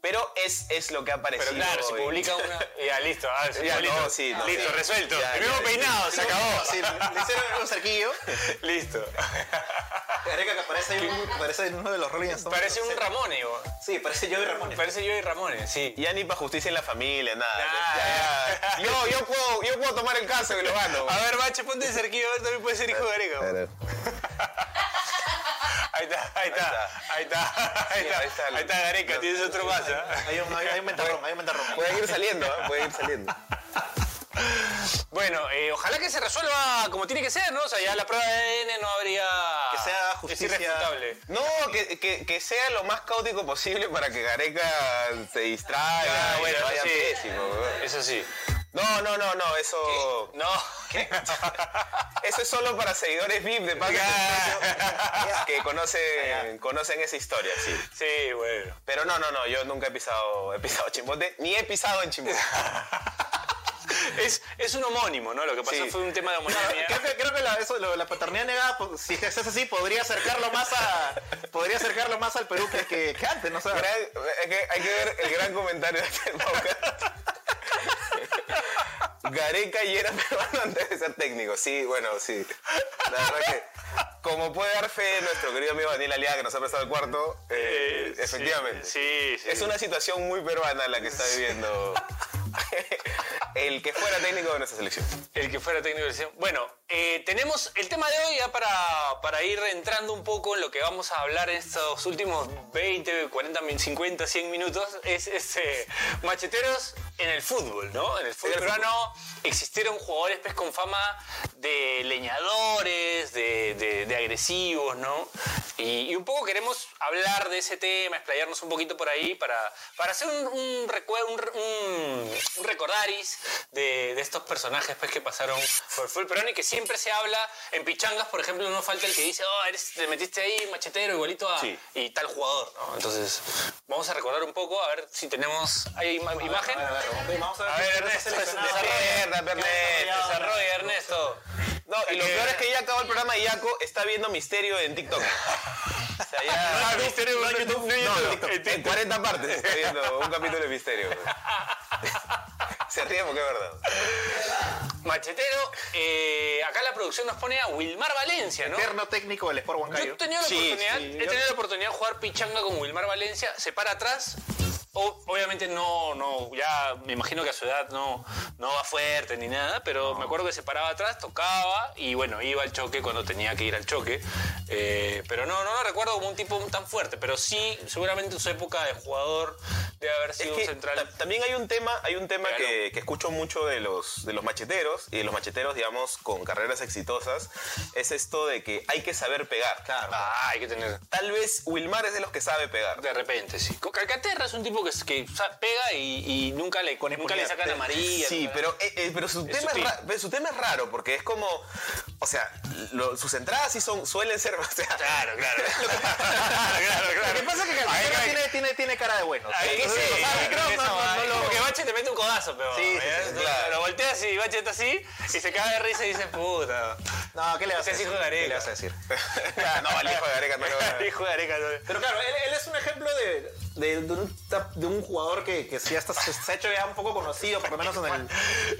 Speaker 3: pero es, es lo que ha aparecido.
Speaker 2: Pero claro, si
Speaker 3: en-
Speaker 2: publica una. Ya, listo. ah, sí,
Speaker 3: Ya,
Speaker 2: listo,
Speaker 3: no, sí, no,
Speaker 2: listo
Speaker 3: sí.
Speaker 2: resuelto.
Speaker 3: Ya,
Speaker 2: el mismo
Speaker 3: ya,
Speaker 2: peinado, se acabó.
Speaker 4: Sí, le hicieron un cerquillo.
Speaker 2: Listo.
Speaker 4: Gareca que parece, ahí un- parece en uno de los Rolling Stones.
Speaker 2: Parece un Ramón, Ivo.
Speaker 4: Sí, parece yo y Ramón.
Speaker 2: Parece yo y Ramón, sí.
Speaker 3: Ya ni para justicia en la familia, nada.
Speaker 2: Nada.
Speaker 3: Ya, ya. Yo, yo, puedo, yo puedo tomar el caso y lo gano.
Speaker 2: A ver, Bache, ponte de cerquillo, a ver, también puede ser hijo de Gareca. Ahí está, ahí está, ahí está, ahí está,
Speaker 3: ahí está el-
Speaker 2: ahí está Gareca, tienes otro más, ¿ah?
Speaker 4: Hay un, hay, hay un ventarrón, hay un ventarrón.
Speaker 3: Pueden ir saliendo, ¿eh? pueden ir saliendo.
Speaker 2: Bueno, eh, ojalá que se resuelva como tiene que ser, ¿no? O sea, ya la prueba de ADN no habría...
Speaker 4: Que sea justicia.
Speaker 2: Es irrefutable.
Speaker 3: No, que, que, que sea lo más caótico posible para que Gareca se distraiga.
Speaker 2: Ah,
Speaker 3: y
Speaker 2: bueno,
Speaker 3: le vaya
Speaker 2: sí.
Speaker 3: pésimo, weón.
Speaker 2: Eso sí.
Speaker 3: No, no, no, no,
Speaker 4: Oh.
Speaker 3: eso.
Speaker 2: No.
Speaker 3: Eso es solo para seguidores VIP de Paco
Speaker 2: Ya.
Speaker 3: que conocen, conocen esa historia, sí.
Speaker 2: Sí, bueno.
Speaker 3: Pero no, no, no, yo nunca he pisado, he pisado chimbote, ni he pisado en chimbote.
Speaker 2: Es, es un homónimo, ¿no? Lo que pasó
Speaker 3: Sí.
Speaker 2: fue un tema de homonimia.
Speaker 4: Creo que, creo que la, eso, lo- la paternidad negada, pues, si es así, podría acercarlo más a podría acercarlo más al Perú que, que, que antes, ¿no? O sea,
Speaker 3: Gran- hay, que, hay que ver el gran comentario de este podcast. Gareca y era peruano antes de ser técnico. Sí, bueno, sí. La verdad que, como puede dar fe nuestro querido amigo Daniel Aliaga, que nos ha prestado el cuarto, eh,
Speaker 2: Sí,
Speaker 3: efectivamente.
Speaker 2: Sí, sí.
Speaker 3: Es una situación muy peruana la que está viviendo el que fuera técnico de nuestra selección.
Speaker 2: El que fuera técnico de selección. Bueno, eh, tenemos el tema de hoy ya para, para ir entrando un poco en lo que vamos a hablar en estos últimos 20, 40, 50, 100 minutos. Es, es, eh, macheteros en el fútbol, ¿no? En el fútbol
Speaker 3: En el
Speaker 2: peruano existieron jugadores pues, con fama de leñadores, de, de- de agresivos, ¿no? Y, y un poco queremos hablar de ese tema, explayarnos un poquito por ahí para, para hacer un, un, recue- un re- un- un recordaris de, de estos personajes pues, que pasaron por el fútbol peruano y que siempre se habla en pichangas, por ejemplo, no falta el que dice, oh, eres, te metiste ahí machetero igualito a
Speaker 3: Sí.
Speaker 2: y tal jugador, ¿no? Entonces, vamos a recordar un poco, a ver si tenemos ¿hay ima- imagen.
Speaker 4: a este, ver, vamos
Speaker 2: A ver, Ernesto,
Speaker 4: seleccionado.
Speaker 2: desarrolla, Ernesto, desarrolla, Ernesto.
Speaker 3: No, y lo peor es que ya acabó el programa y Yaco está viendo Misterio en TikTok. O sea, ya...
Speaker 2: no, YouTube, no,
Speaker 3: No,
Speaker 2: YouTube.
Speaker 3: no, en 40 partes está viendo un capítulo de Misterio. Se ríe porque es verdad.
Speaker 2: Machetero, eh, acá la producción nos pone a Wilmar Valencia, ¿no?
Speaker 4: Eterno técnico del Sport
Speaker 2: Yo he
Speaker 4: Huancayo.
Speaker 2: tenido la
Speaker 3: Sí,
Speaker 2: oportunidad,
Speaker 3: sí,
Speaker 2: he
Speaker 3: yo-
Speaker 2: tenido la oportunidad de jugar pichanga con Wilmar Valencia, se para atrás. o- obviamente no, no, ya me imagino que a su edad no, no va fuerte ni nada, pero me acuerdo que se paraba atrás, tocaba y bueno, iba al choque cuando tenía que ir al choque. Eh, pero no, no lo recuerdo como un tipo tan fuerte, pero sí, seguramente en su época de jugador debe haber
Speaker 3: Es
Speaker 2: sido
Speaker 3: que
Speaker 2: un central.
Speaker 3: ta- también hay un tema, hay un tema
Speaker 2: Claro.
Speaker 3: que, que escucho mucho de los, de los macheteros y de los macheteros, digamos, con carreras exitosas, es esto de que hay que saber pegar.
Speaker 2: Ah, hay que tener.
Speaker 3: Tal vez Wilmar es de los que sabe pegar.
Speaker 2: De repente, sí. Con Calcaterra es un tipo que, que sa- pega y, y nunca le, nunca le
Speaker 4: impunidad.
Speaker 2: sacan amarilla.
Speaker 3: Sí,
Speaker 2: nunca-
Speaker 3: pero, eh, eh, pero su, tema es
Speaker 2: sutil.
Speaker 3: ra- pero su tema es raro porque es como, o sea, lo- sus entradas sí son, suelen ser, o sea,
Speaker 2: Claro, claro. claro, claro.
Speaker 4: Lo que pasa es que Calcaterra
Speaker 2: Ahí-
Speaker 4: tiene, tiene, tiene cara de bueno.
Speaker 2: ahí- ahí-
Speaker 4: Entonces,
Speaker 2: sí,
Speaker 4: ah,
Speaker 2: claro,
Speaker 4: micrófono,
Speaker 2: esa va,
Speaker 4: no lo-
Speaker 2: Porque Bache te mete un codazo, pero.
Speaker 4: Sí, sí, sí,
Speaker 2: ¿eh? Tú
Speaker 3: claro.
Speaker 2: Lo volteas y Bache está así y se caga de risa y dice, puta.
Speaker 4: No, ¿qué le vas
Speaker 2: Ese
Speaker 4: a
Speaker 2: es
Speaker 4: decir?
Speaker 2: hijo de Gareca.
Speaker 4: ¿Qué le vas a decir?
Speaker 2: Ah,
Speaker 3: no, el hijo de Gareca no lo va a-
Speaker 2: Hijo de areca. no.
Speaker 4: Pero claro, él, él es un ejemplo de, de, de un, tap- de un jugador que, que sí hasta se, se ha hecho ya un poco conocido, por lo menos en el,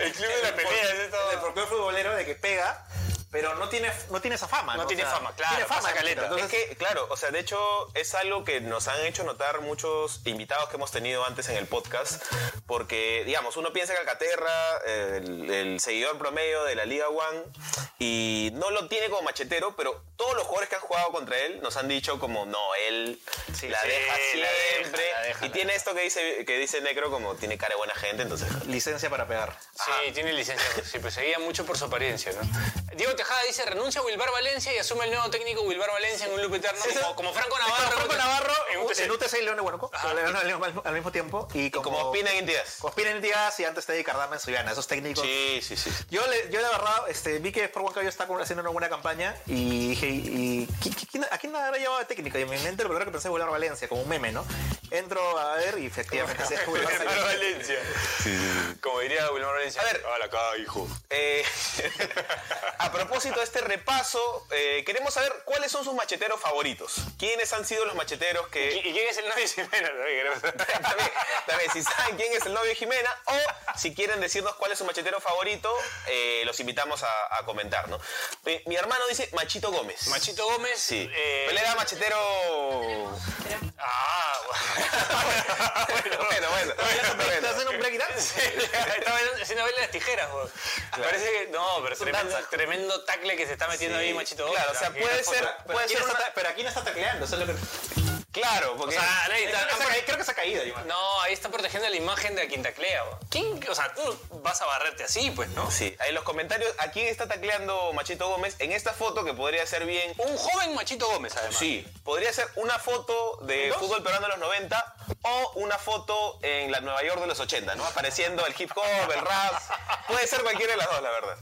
Speaker 2: El club de la pelea es esto.
Speaker 4: en el propio futbolero de que pega, pero no tiene, no tiene esa fama.
Speaker 2: No tiene fama, claro,
Speaker 4: Tiene fama,
Speaker 2: pasa caleta.
Speaker 4: caleta. Entonces,
Speaker 3: es que, claro, o sea, de hecho es algo que nos han hecho notar muchos invitados que hemos tenido antes en el podcast, porque, digamos, uno piensa que Alcaterra, eh, el, el seguidor promedio de la Liga One, y no lo tiene como machetero, pero todos los jugadores que han jugado contra él nos han dicho como, no, él la
Speaker 2: sí,
Speaker 3: deja
Speaker 2: la
Speaker 3: siempre,
Speaker 2: deja, la deja,
Speaker 3: y
Speaker 2: la
Speaker 3: tiene esto que dice, que dice Necro, como tiene cara de buena gente, entonces...
Speaker 4: licencia para pegar.
Speaker 2: Sí, tiene licencia. Sí, pues seguía mucho por su apariencia, ¿no? Diego Tejada dice, renuncia a Wilbar Valencia y asume el nuevo técnico Wilbar Valencia en un loop eterno
Speaker 4: Ese-
Speaker 2: como, como Franco Navarro.
Speaker 4: Franco Navarro
Speaker 2: en UTC.
Speaker 4: en UTC y León de Huánuco,
Speaker 2: Ajá.
Speaker 4: León de León al- al mismo tiempo. Y como,
Speaker 3: Como opinan en
Speaker 4: como Ospina en Díaz y antes Teddy Cardama en Suyana, esos técnicos.
Speaker 3: Sí, sí, sí.
Speaker 4: Yo, le, yo la verdad este, vi que Sport Huancayo está con- haciendo una buena campaña y dije, y, ¿qui- qui- quién- ¿a quién habrá llevado de técnica? Y en mi mente lo primero que pensé fue Wilmar Valencia, como un meme, ¿no? Entro a ver y efectivamente sí, es Wilmar
Speaker 2: Wilmar
Speaker 4: Valencia.
Speaker 2: Valencia. Como diría Wilmar Valencia.
Speaker 3: A ver.
Speaker 2: "Hala acá, hijo.
Speaker 3: Eh, a propósito de este repaso, eh, queremos saber cuáles son sus macheteros favoritos. ¿Quiénes han sido los macheteros
Speaker 2: ¿Y,
Speaker 3: que...
Speaker 2: y quién es el novio Jimena?
Speaker 3: También, también, si saben quién es el novio de Jimena o si quieren decirnos cuál es su machetero favorito, eh, los invitamos a, a comentar, ¿no? Mi, mi hermano dice Machito Gómez.
Speaker 2: Machito Gómez.
Speaker 3: Sí.
Speaker 2: eh,
Speaker 3: Pero él era machetero...
Speaker 2: Ah, bueno.
Speaker 3: Bueno, bueno.
Speaker 4: ¿Estás haciendo un break dance?
Speaker 2: Sí, Estaba haciendo ver las tijeras, güey. Parece que. No, pero tremendo,
Speaker 3: danza.
Speaker 2: tremendo tacle que se está metiendo ahí, Machito Gómez.
Speaker 3: Claro, o sea,
Speaker 2: Que
Speaker 3: puede
Speaker 2: era
Speaker 3: ser-
Speaker 2: foto.
Speaker 4: Pero
Speaker 3: puede
Speaker 4: aquí
Speaker 3: ser
Speaker 4: no está-
Speaker 3: una-
Speaker 4: Pero aquí no está tacleando, eso es lo que...
Speaker 3: Claro,
Speaker 2: O
Speaker 3: porque...
Speaker 2: sea, ahí
Speaker 4: Creo
Speaker 2: está-
Speaker 4: que se ha caído- Creo que se ha caído, Iván.
Speaker 2: No, ahí están protegiendo la imagen de a quien taclea, güey. ¿Quién? O sea, tú vas a barrerte así, pues, ¿no?
Speaker 3: Sí, ahí en los comentarios, ¿a quién está tacleando Machito Gómez en esta foto que podría ser bien
Speaker 2: Un joven Machito Gómez, además.
Speaker 3: Sí, podría ser una foto de fútbol peruano de los 90 o una foto en la Nueva York de los 80, ¿no? Apareciendo el hip hop, el rap. Puede ser cualquiera de las dos, la verdad.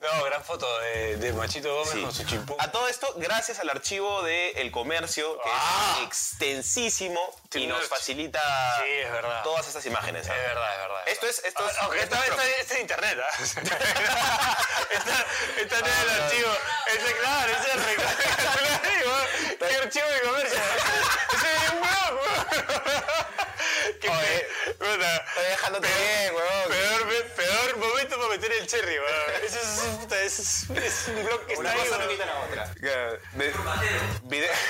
Speaker 2: No, gran foto de, de Machito Gómez
Speaker 3: Sí.
Speaker 2: con su chimpú.
Speaker 3: A todo esto, gracias al archivo de El Comercio, que
Speaker 2: Ah.
Speaker 3: es extensísimo y
Speaker 2: Tiene
Speaker 3: nos
Speaker 2: un archi-
Speaker 3: facilita
Speaker 2: Sí, es verdad.
Speaker 3: todas estas imágenes.
Speaker 2: Es
Speaker 3: ¿ah?
Speaker 2: verdad, es verdad.
Speaker 3: Esto es- esto es-
Speaker 2: Ah, Aunque
Speaker 3: esto
Speaker 2: esta
Speaker 3: es
Speaker 2: vez
Speaker 3: pro.
Speaker 2: está, está en internet, ¿ah? está, está en el archivo. Ese, claro, ese es el reclamo. ¿Qué archivo de comercio? Ese es un blog, weón. Que-
Speaker 3: Oye,
Speaker 2: puta,
Speaker 3: Estoy dejándote bien, huevón.
Speaker 2: Peor, peor momento para meter el cherry, weón. Ese es, puta, ese es, es un blog que
Speaker 4: Una
Speaker 2: está ahí,
Speaker 4: cosa no
Speaker 2: weón.
Speaker 4: quita la otra.
Speaker 3: Que- de- Video...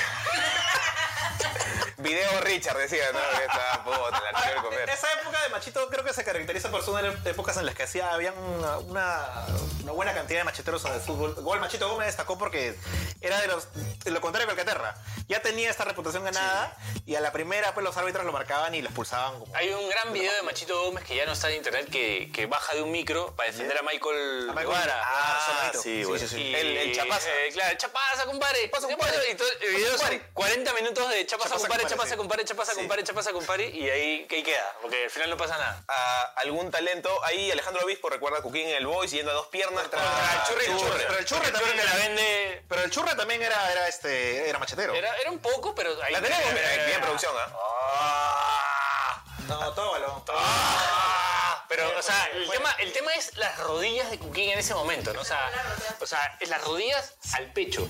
Speaker 3: Video Richard decía, ¿no? Que estaba puta, el archivo del
Speaker 4: Ah,
Speaker 3: comercio.
Speaker 4: Esa época de Machito creo que se caracteriza por ser una de las épocas en las que hacía, había una, una- una buena cantidad de macheteros en el fútbol. Igual Machito Gómez destacó porque era de los de lo contrario que Alcaterra. Ya tenía esta reputación ganada y a la primera pues los árbitros lo marcaban y lo expulsaban como
Speaker 2: Hay un gran video de Machito Gómez que ya no está en internet que, que baja de un micro para defender a Michael,
Speaker 4: Michael
Speaker 2: Guevara.
Speaker 4: Ah,
Speaker 3: Ah,
Speaker 4: Solito.
Speaker 3: sí, güey.
Speaker 4: Sí, sí, sí.
Speaker 2: Y-
Speaker 3: El, el chapaza.
Speaker 2: eh, claro, el chapaza, compadre.
Speaker 3: Chapaza, compadre.
Speaker 2: Y todo el video son
Speaker 3: compadre.
Speaker 2: 40 minutos de chapaza, compadre,
Speaker 4: Chapaza, compadre,
Speaker 2: chapaza,
Speaker 4: sí.
Speaker 2: compadre, chapaza, compadre, chapaza, compadre. Y ahí, que ahí queda, porque al final no pasa nada.
Speaker 3: a algún talento. Ahí Alejandro Obispo recuerda a Cuquín en el Boys yendo a dos piernas contra,
Speaker 2: Ah,
Speaker 3: Churri y el Churri.
Speaker 4: Pero el churre
Speaker 2: Porque
Speaker 4: también
Speaker 2: te la
Speaker 4: era-
Speaker 2: vende.
Speaker 4: Pero el churre también era, era este era machetero.
Speaker 2: Era, era un poco, pero ahí
Speaker 3: La tenemos, mira,
Speaker 2: Eh,
Speaker 3: bien, producción, ¿ah?
Speaker 2: Ah.
Speaker 4: No, todo balón.
Speaker 2: Ah, Pero, o sea, el tema, el tema es las rodillas de Cuquín en ese momento, ¿no? O sea, o sea, es las rodillas al pecho.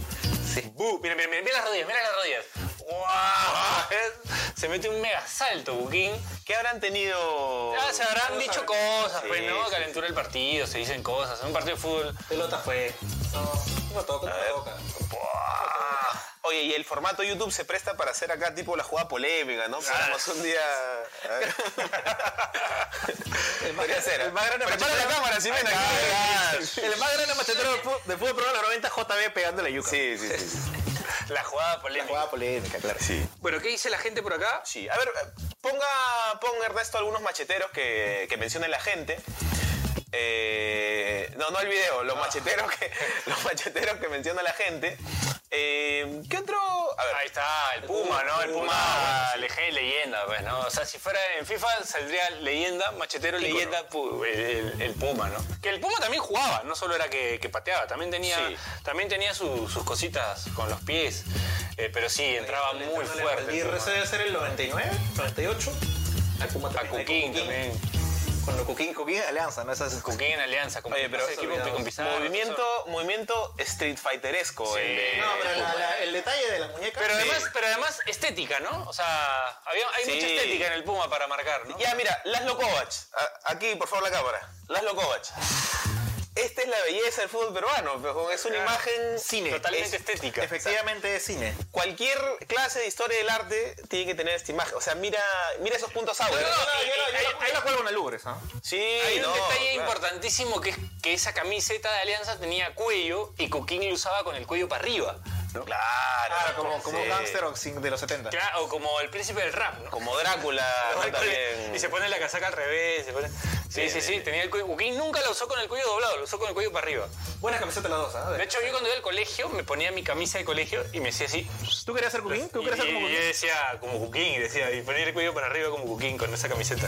Speaker 2: Bu, mira, mira, mira, mira las rodillas, mira las rodillas. ¡guau! Se mete un mega salto, Cuquín.
Speaker 3: ¿Qué habrán tenido?
Speaker 2: Ya se habrán dicho cosas, pues,
Speaker 3: Sí,
Speaker 2: ¿no?
Speaker 3: sí,
Speaker 2: Calentura del partido, se dicen cosas. En un partido de fútbol.
Speaker 5: Pelota fue. No, no toca,
Speaker 2: Ah,
Speaker 5: no toca.
Speaker 3: ¡buah! Ah. Oye, y el formato YouTube se presta para hacer acá tipo la jugada polémica, ¿no? Podemos un día. Podría ser. ¿eh?
Speaker 4: el más grande
Speaker 3: Prepara
Speaker 4: machetero-
Speaker 3: la cámara, si ven
Speaker 4: Acá,
Speaker 3: acá.
Speaker 4: El más grande machetero del fu- del fútbol pro de los 90, JB pegándole a Yuka.
Speaker 3: Sí, sí, sí, sí.
Speaker 2: La jugada polémica.
Speaker 4: Jugada polémica, claro.
Speaker 3: Sí.
Speaker 2: Bueno, ¿qué dice la gente por acá?
Speaker 3: Sí, a ver, ponga, ponga Ernesto algunos macheteros que, que mencione la gente. Eh, no, no el video, los macheteros que los macheteros que menciona la gente. Eh, ¿Qué otro? A ver,
Speaker 2: Ahí está, el Puma, ¿no? El Puma, leje- leyenda, pues, ¿no? O sea, si fuera en FIFA saldría leyenda, machetero, leyenda, pu- el, el- el Puma, ¿no? Que el Puma también jugaba, no solo era que, que pateaba, también tenía,
Speaker 3: Sí.
Speaker 2: también tenía su- sus cositas con los pies, eh, pero sí, entraba muy fuerte.
Speaker 5: Y
Speaker 2: el Puma.
Speaker 5: ese debe ser el 99, 98. Al Puma
Speaker 2: A Cuquín también.
Speaker 4: Con lo Coquín, Coquín de Alianza, ¿no? Esas-
Speaker 2: Cuquín en alianza, con
Speaker 3: Oye, eh, pero
Speaker 2: ese equipo con Pizarro,
Speaker 3: movimiento, movimiento Street Fighteresco.
Speaker 2: Sí.
Speaker 3: el de-
Speaker 2: No, pero
Speaker 5: la-
Speaker 3: Puma.
Speaker 5: la- el detalle de la muñeca.
Speaker 2: Pero
Speaker 5: Sí.
Speaker 2: además, pero además estética, ¿no? O sea, había- hay
Speaker 3: Sí.
Speaker 2: mucha estética en el Puma para marcar, ¿no?
Speaker 3: Ya, mira, Laszlo Kovac. A- Aquí, por favor, la cámara. Laszlo Kovac. Esta es la belleza del fútbol peruano. pero Es una imagen
Speaker 4: Cine.
Speaker 2: Totalmente
Speaker 3: es-
Speaker 2: estética.
Speaker 4: Efectivamente, es cine.
Speaker 3: cualquier clase de historia del arte tiene que tener esta imagen. O sea, mira, mira esos puntos áureos.
Speaker 2: No, no, no, yo la- yo la-
Speaker 4: Ahí la cuelgo una lubres, ¿no?
Speaker 3: Sí,
Speaker 2: Hay
Speaker 3: no,
Speaker 2: un detalle
Speaker 3: claro.
Speaker 2: importantísimo que es que esa camiseta de Alianza tenía cuello y Coquín lo usaba con el cuello para arriba. ¿no?
Speaker 3: Claro,
Speaker 4: Claro, Ah, como, como
Speaker 3: sí.
Speaker 4: Gangster o sin- de los 70.
Speaker 2: Claro, o como el príncipe del rap, ¿no?
Speaker 3: Como Drácula ¿no? también.
Speaker 2: Y se pone la casaca al revés. se pone- Sí,
Speaker 3: Bien,
Speaker 2: sí, sí,
Speaker 3: bien.
Speaker 2: tenía el cuello. Coquín nunca la usó con el cuello doblado, lo usó con el cuello para arriba.
Speaker 5: Buenas camisetas las dos, ¿ah?
Speaker 2: De hecho, yo cuando iba al colegio me ponía mi camisa de colegio y me hacía así.
Speaker 4: ¿Tú querías ser Coquín? ¿Tú
Speaker 2: Y,
Speaker 4: querías ser como
Speaker 2: y yo
Speaker 4: Coquín?
Speaker 2: decía como Coquín, y decía, y ponía el cuello para arriba como Coquín con esa camiseta.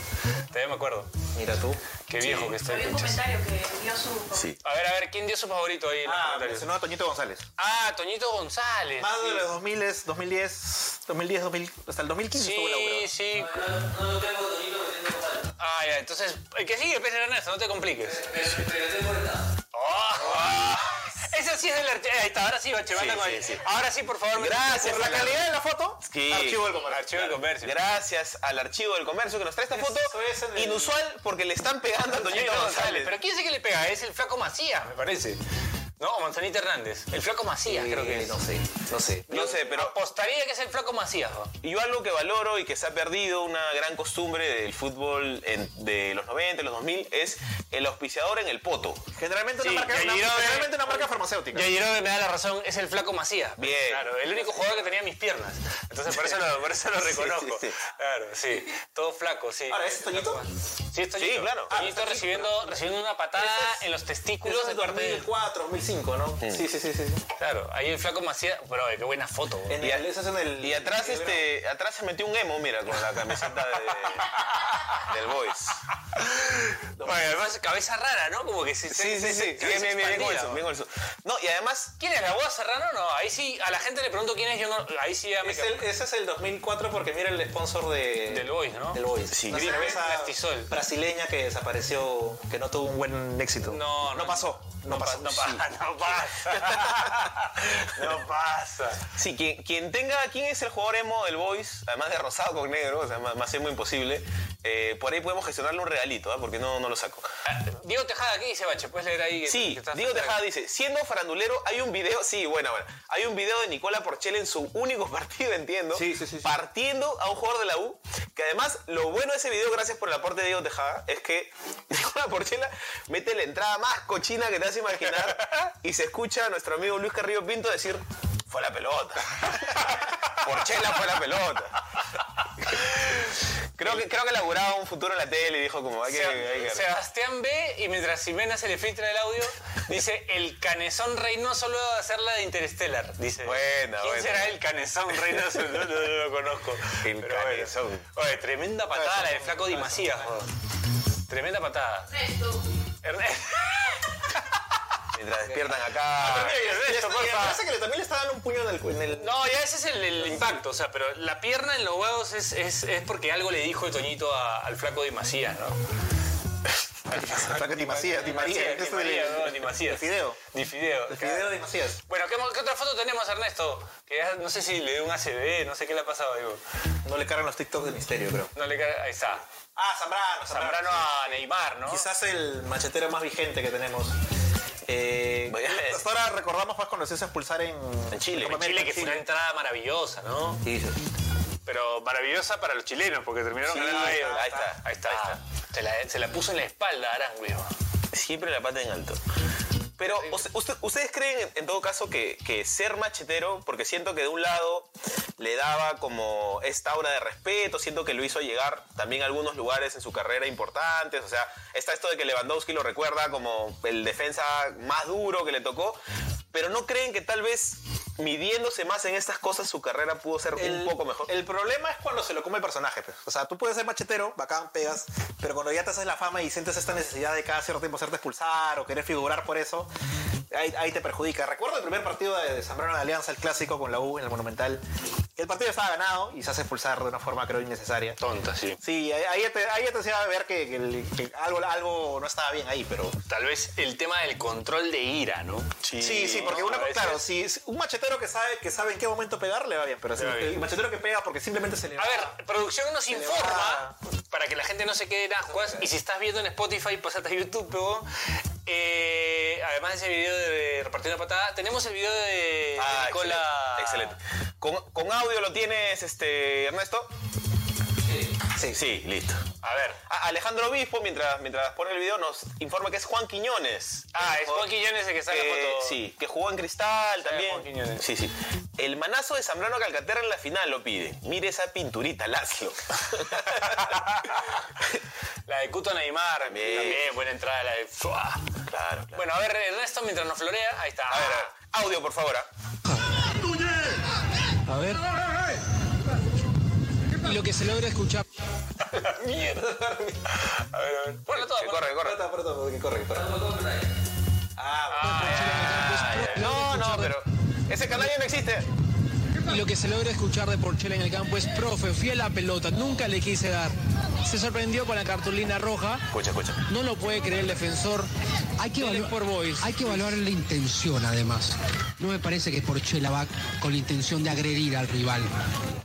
Speaker 2: Todavía me acuerdo.
Speaker 5: Mira tú.
Speaker 2: Qué viejo que estoy.
Speaker 6: Había un
Speaker 2: conchas.
Speaker 6: comentario que dio su.
Speaker 3: Sí.
Speaker 2: A ver, a ver, ¿quién dio su favorito ahí? en los
Speaker 4: Ah,
Speaker 5: pues,
Speaker 2: comentarios?
Speaker 4: mencionó a Toñito González.
Speaker 2: Ah, Toñito González.
Speaker 4: Más de los 2000, 2010, 2010, 2000, hasta el 2015 estuvo
Speaker 2: Sí,
Speaker 4: laburado.
Speaker 2: sí.
Speaker 5: No, no lo tengo Toñito, lo tengo mal.
Speaker 2: Ah, ya, entonces, el que sigue, Pérez Ernesto, no te compliques.
Speaker 5: Pero, pero tengo el
Speaker 2: Oh. Esa sí es del archivo. Ahí está, ahora sí, Bachevata.
Speaker 3: Sí,
Speaker 2: con
Speaker 3: sí,
Speaker 2: el-
Speaker 3: sí.
Speaker 2: Ahora sí, por favor.
Speaker 3: Gracias,
Speaker 4: Por la
Speaker 3: Alan.
Speaker 4: calidad de la foto,
Speaker 3: Sí.
Speaker 4: archivo del comercio.
Speaker 2: Archivo de comercio.
Speaker 3: Gracias al Archivo del Comercio que nos trae esta
Speaker 5: Eso
Speaker 3: foto.
Speaker 5: es en el-
Speaker 3: Inusual porque le están pegando a Toñito
Speaker 2: Toñito González.
Speaker 3: González.
Speaker 2: Pero ¿quién es el que le pega? Es el flaco Macías, me parece. No, o Manzanita Hernández. El flaco Macías, creo que es.
Speaker 5: No sé, no sé.
Speaker 3: No sé, pero
Speaker 2: Apostaría que es el flaco Macías. ¿no?
Speaker 3: yo algo que valoro y que se ha perdido una gran costumbre del fútbol en- de los 90, los 2000, es el auspiciador en el poto.
Speaker 4: Generalmente
Speaker 2: Sí,
Speaker 4: una marca, una,
Speaker 2: Yajirobe.
Speaker 4: generalmente una marca farmacéutica.
Speaker 2: Yayirobe me da la razón, es el flaco Macías.
Speaker 3: Bien.
Speaker 2: Claro, el único jugador que tenía mis piernas. Entonces por eso lo, por eso lo reconozco.
Speaker 3: sí, sí.
Speaker 2: Claro, sí. Todo flaco, sí.
Speaker 5: Ahora, ¿ese Toñito? Ah,
Speaker 2: Sí, estoy
Speaker 3: Sí, claro.
Speaker 2: Toñito recibiendo, recibiendo una patada en los testículos de parte de...
Speaker 5: 2004, 2005, ¿no? Sí, sí, sí, sí. sí.
Speaker 2: Claro, ahí el flaco Macías... Bro, qué buena foto. bro.
Speaker 5: En
Speaker 3: Y a-
Speaker 5: el, eso es en el.
Speaker 3: Y atrás,
Speaker 5: el-
Speaker 3: este, atrás se metió un emo, mira, con la camiseta de- del Boys.
Speaker 2: Bueno, además, cabeza rara, ¿no? Como que se...
Speaker 3: Sí, sí, sí. Bien, bien, bien, bien con eso, bien con eso. No, y además,
Speaker 2: ¿Quién es? ¿La Boa Serrano? No, ahí sí, a la gente le pregunto quién es, yo no... Ahí sí ya me
Speaker 5: Es el- ese es el 2004 porque mira el sponsor de,
Speaker 2: Del Boys, ¿no?
Speaker 5: Del Boys.
Speaker 3: Sí.
Speaker 5: Una
Speaker 2: Green
Speaker 5: cerveza
Speaker 2: Plastisol.
Speaker 5: brasileña que desapareció, que no tuvo un buen éxito.
Speaker 2: No,
Speaker 5: no pasó. No,
Speaker 2: pa-
Speaker 5: pasó.
Speaker 2: No, pa- no pasa. no pasa.
Speaker 3: sí, quien, quien tenga, ¿quién es el jugador emo del Boys? Además de rosado con negro, o sea, más, más emo imposible. eh, por ahí podemos gestionarle un regalito, ¿ah? porque no, no lo saco.
Speaker 2: Diego Tejada, ¿qué dice Bache? ¿Puedes leer ahí?
Speaker 3: Sí,
Speaker 2: que estás-
Speaker 3: Diego Tejada dice, siendo farandulero, hay un video, sí, bueno, bueno, hay un video de Nicola Porchel en su único partido, entiendo,
Speaker 5: Sí, sí, sí, sí.
Speaker 3: partiendo a un jugador de la U, que además, lo bueno de ese video, gracias por el aporte de Diego Tejada, es que Nicola Porchela mete la entrada más cochina que te vas a imaginar y se escucha a nuestro amigo Luis Carrillo Pinto decir, fue la pelota. Porchela fue la pelota. Creo que, creo que laburaba un futuro en la tele y dijo como hay que... hay que-
Speaker 2: Se- Sebastián ve y mientras Ximena se le filtra el audio, dice el canezón Reynoso luego de hacer la de Interstellar. Dice.
Speaker 3: Buena,
Speaker 2: ¿Quién
Speaker 3: buena.
Speaker 2: será el canezón Reynoso? No, no, no lo conozco.
Speaker 3: El
Speaker 2: Pero bueno.
Speaker 3: Canezón.
Speaker 2: Oye, tremenda patada la de Flaco Di Macías, joder. Tremenda patada.
Speaker 6: Ernesto.
Speaker 2: Ernesto,
Speaker 3: Mientras despiertan acá...
Speaker 2: Ernesto,
Speaker 5: Y me
Speaker 2: porfa.
Speaker 5: parece que le- también le está dando un puño en el. En el
Speaker 2: No, ya ese es el, el impacto, o sea, pero la pierna en los huevos es, es, es porque algo le dijo el Toñito a- al flaco de Macías, ¿no?
Speaker 4: Saca Di Macías, Di María.
Speaker 2: Di
Speaker 4: ese
Speaker 2: María,
Speaker 4: del-
Speaker 2: no, Di Macías.
Speaker 4: del Fideo.
Speaker 2: Di Fideo.
Speaker 4: El Fideo Di Macías.
Speaker 2: Bueno, ¿qué, mo- qué otra foto tenemos, Ernesto? Que ya no sé si le dio un ACB, no sé qué le ha pasado, digo.
Speaker 4: No le cargan los TikToks de misterio, creo.
Speaker 2: No le ca- Ahí está.
Speaker 4: Ah, Zambrano,
Speaker 2: Zambrano a Neymar, ¿no?
Speaker 4: Quizás el machetero más vigente que tenemos. Eh,
Speaker 2: Vaya.
Speaker 4: hasta ahora recordamos más cuando se hizo expulsar en,
Speaker 2: En Chile.
Speaker 4: Copa
Speaker 2: En Chile,
Speaker 4: América,
Speaker 2: que fue una entrada maravillosa, ¿no?
Speaker 5: Sí,
Speaker 2: Pero maravillosa para los chilenos, porque terminaron
Speaker 5: Sí,
Speaker 2: ganando
Speaker 5: ahí
Speaker 2: ellos.
Speaker 5: está, ahí está,
Speaker 2: Ahí está.
Speaker 5: ahí
Speaker 2: Se, la, se la puso en la espalda Aranguio.
Speaker 3: Siempre la pata en alto. Pero o sea, usted- ustedes creen en todo caso que, que ser machetero, porque siento que de un lado le daba como esta aura de respeto, siento que lo hizo llegar también a algunos lugares en su carrera importantes, o sea, está esto de que Lewandowski lo recuerda como el defensa más duro que le tocó, pero no creen que tal vez midiéndose más en estas cosas su carrera pudo ser un poco mejor.
Speaker 4: El problema es cuando se lo come el personaje. pues. O sea, tú puedes ser machetero, bacán, pegas, pero cuando ya te haces la fama y sientes esta necesidad de cada cierto tiempo hacerte expulsar o querer figurar por eso, ahí, ahí te perjudica. Recuerdo el primer partido de de Zambrano de Alianza, el clásico con la U en el Monumental. El partido estaba ganado y se hace expulsar de una forma, creo, innecesaria.
Speaker 2: Tonta, sí.
Speaker 4: Sí, ahí- ahí ya te, ahí ya te hacía ver que, que el- que algo, algo no estaba bien ahí, pero...
Speaker 2: Tal vez el tema del control de ira, ¿no?
Speaker 4: Sí, sí, porque
Speaker 2: ¿no?
Speaker 4: uno,
Speaker 2: A veces-
Speaker 4: claro, si si un machetero que sabe que sabe en qué momento pegar le va bien, pero si
Speaker 2: va bien.
Speaker 4: el machetero que pega porque simplemente se le
Speaker 2: A
Speaker 4: va-
Speaker 2: ver, producción nos
Speaker 4: le
Speaker 2: informa para que la gente no se quede en ascuas. Y si estás viendo en Spotify, pasate a YouTube, pegón. Eh, además de ese video de repartir una patada, tenemos el video de
Speaker 3: Ah,
Speaker 2: Nicola.
Speaker 3: Excelente. excelente. Con, con audio lo tienes, este, Ernesto. Sí. Sí, listo.
Speaker 2: A ver.
Speaker 3: Ah, Alejandro Obispo, mientras, mientras pone el video, nos informa que es Juan Quiñones.
Speaker 2: Ah,
Speaker 3: El
Speaker 2: es
Speaker 3: jugador
Speaker 2: Juan Quiñones el que está en la
Speaker 3: que-
Speaker 2: foto.
Speaker 3: Eh, Sí, que jugó en Cristal también.
Speaker 2: Juan Quiñones.
Speaker 3: Sí, sí. El manazo de Zambrano a Calcaterra en la final lo pide. Mire esa pinturita, Lazlo.
Speaker 2: La de Cuto Neymar. También.
Speaker 3: También.
Speaker 2: buena entrada. La de. ¡Fua!
Speaker 3: claro, claro.
Speaker 2: Bueno, a ver, Ernesto, mientras nos florea. Ahí está.
Speaker 3: A ver, a ver, audio, por favor. ah.
Speaker 6: A ver. Lo que se logra escuchar.
Speaker 2: A ver, a ver. Ponlo todo,
Speaker 3: Que
Speaker 2: ponlo.
Speaker 3: corre, que corre.
Speaker 4: Corta, corta, porque corre, corre. Ah,
Speaker 3: Ah, No, no, pero. Ese canal ya no existe.
Speaker 6: Lo que se logra escuchar de Porchela en el campo es, profe, fui a la pelota, nunca le quise dar. Se sorprendió con la cartulina roja.
Speaker 3: Escucha, escucha.
Speaker 6: No lo puede creer el defensor.
Speaker 7: Hay que,
Speaker 6: del
Speaker 7: evalu-
Speaker 6: Sport Boys.
Speaker 7: hay que evaluar la intención, además. No me parece que Porchela va con la intención de agredir al rival.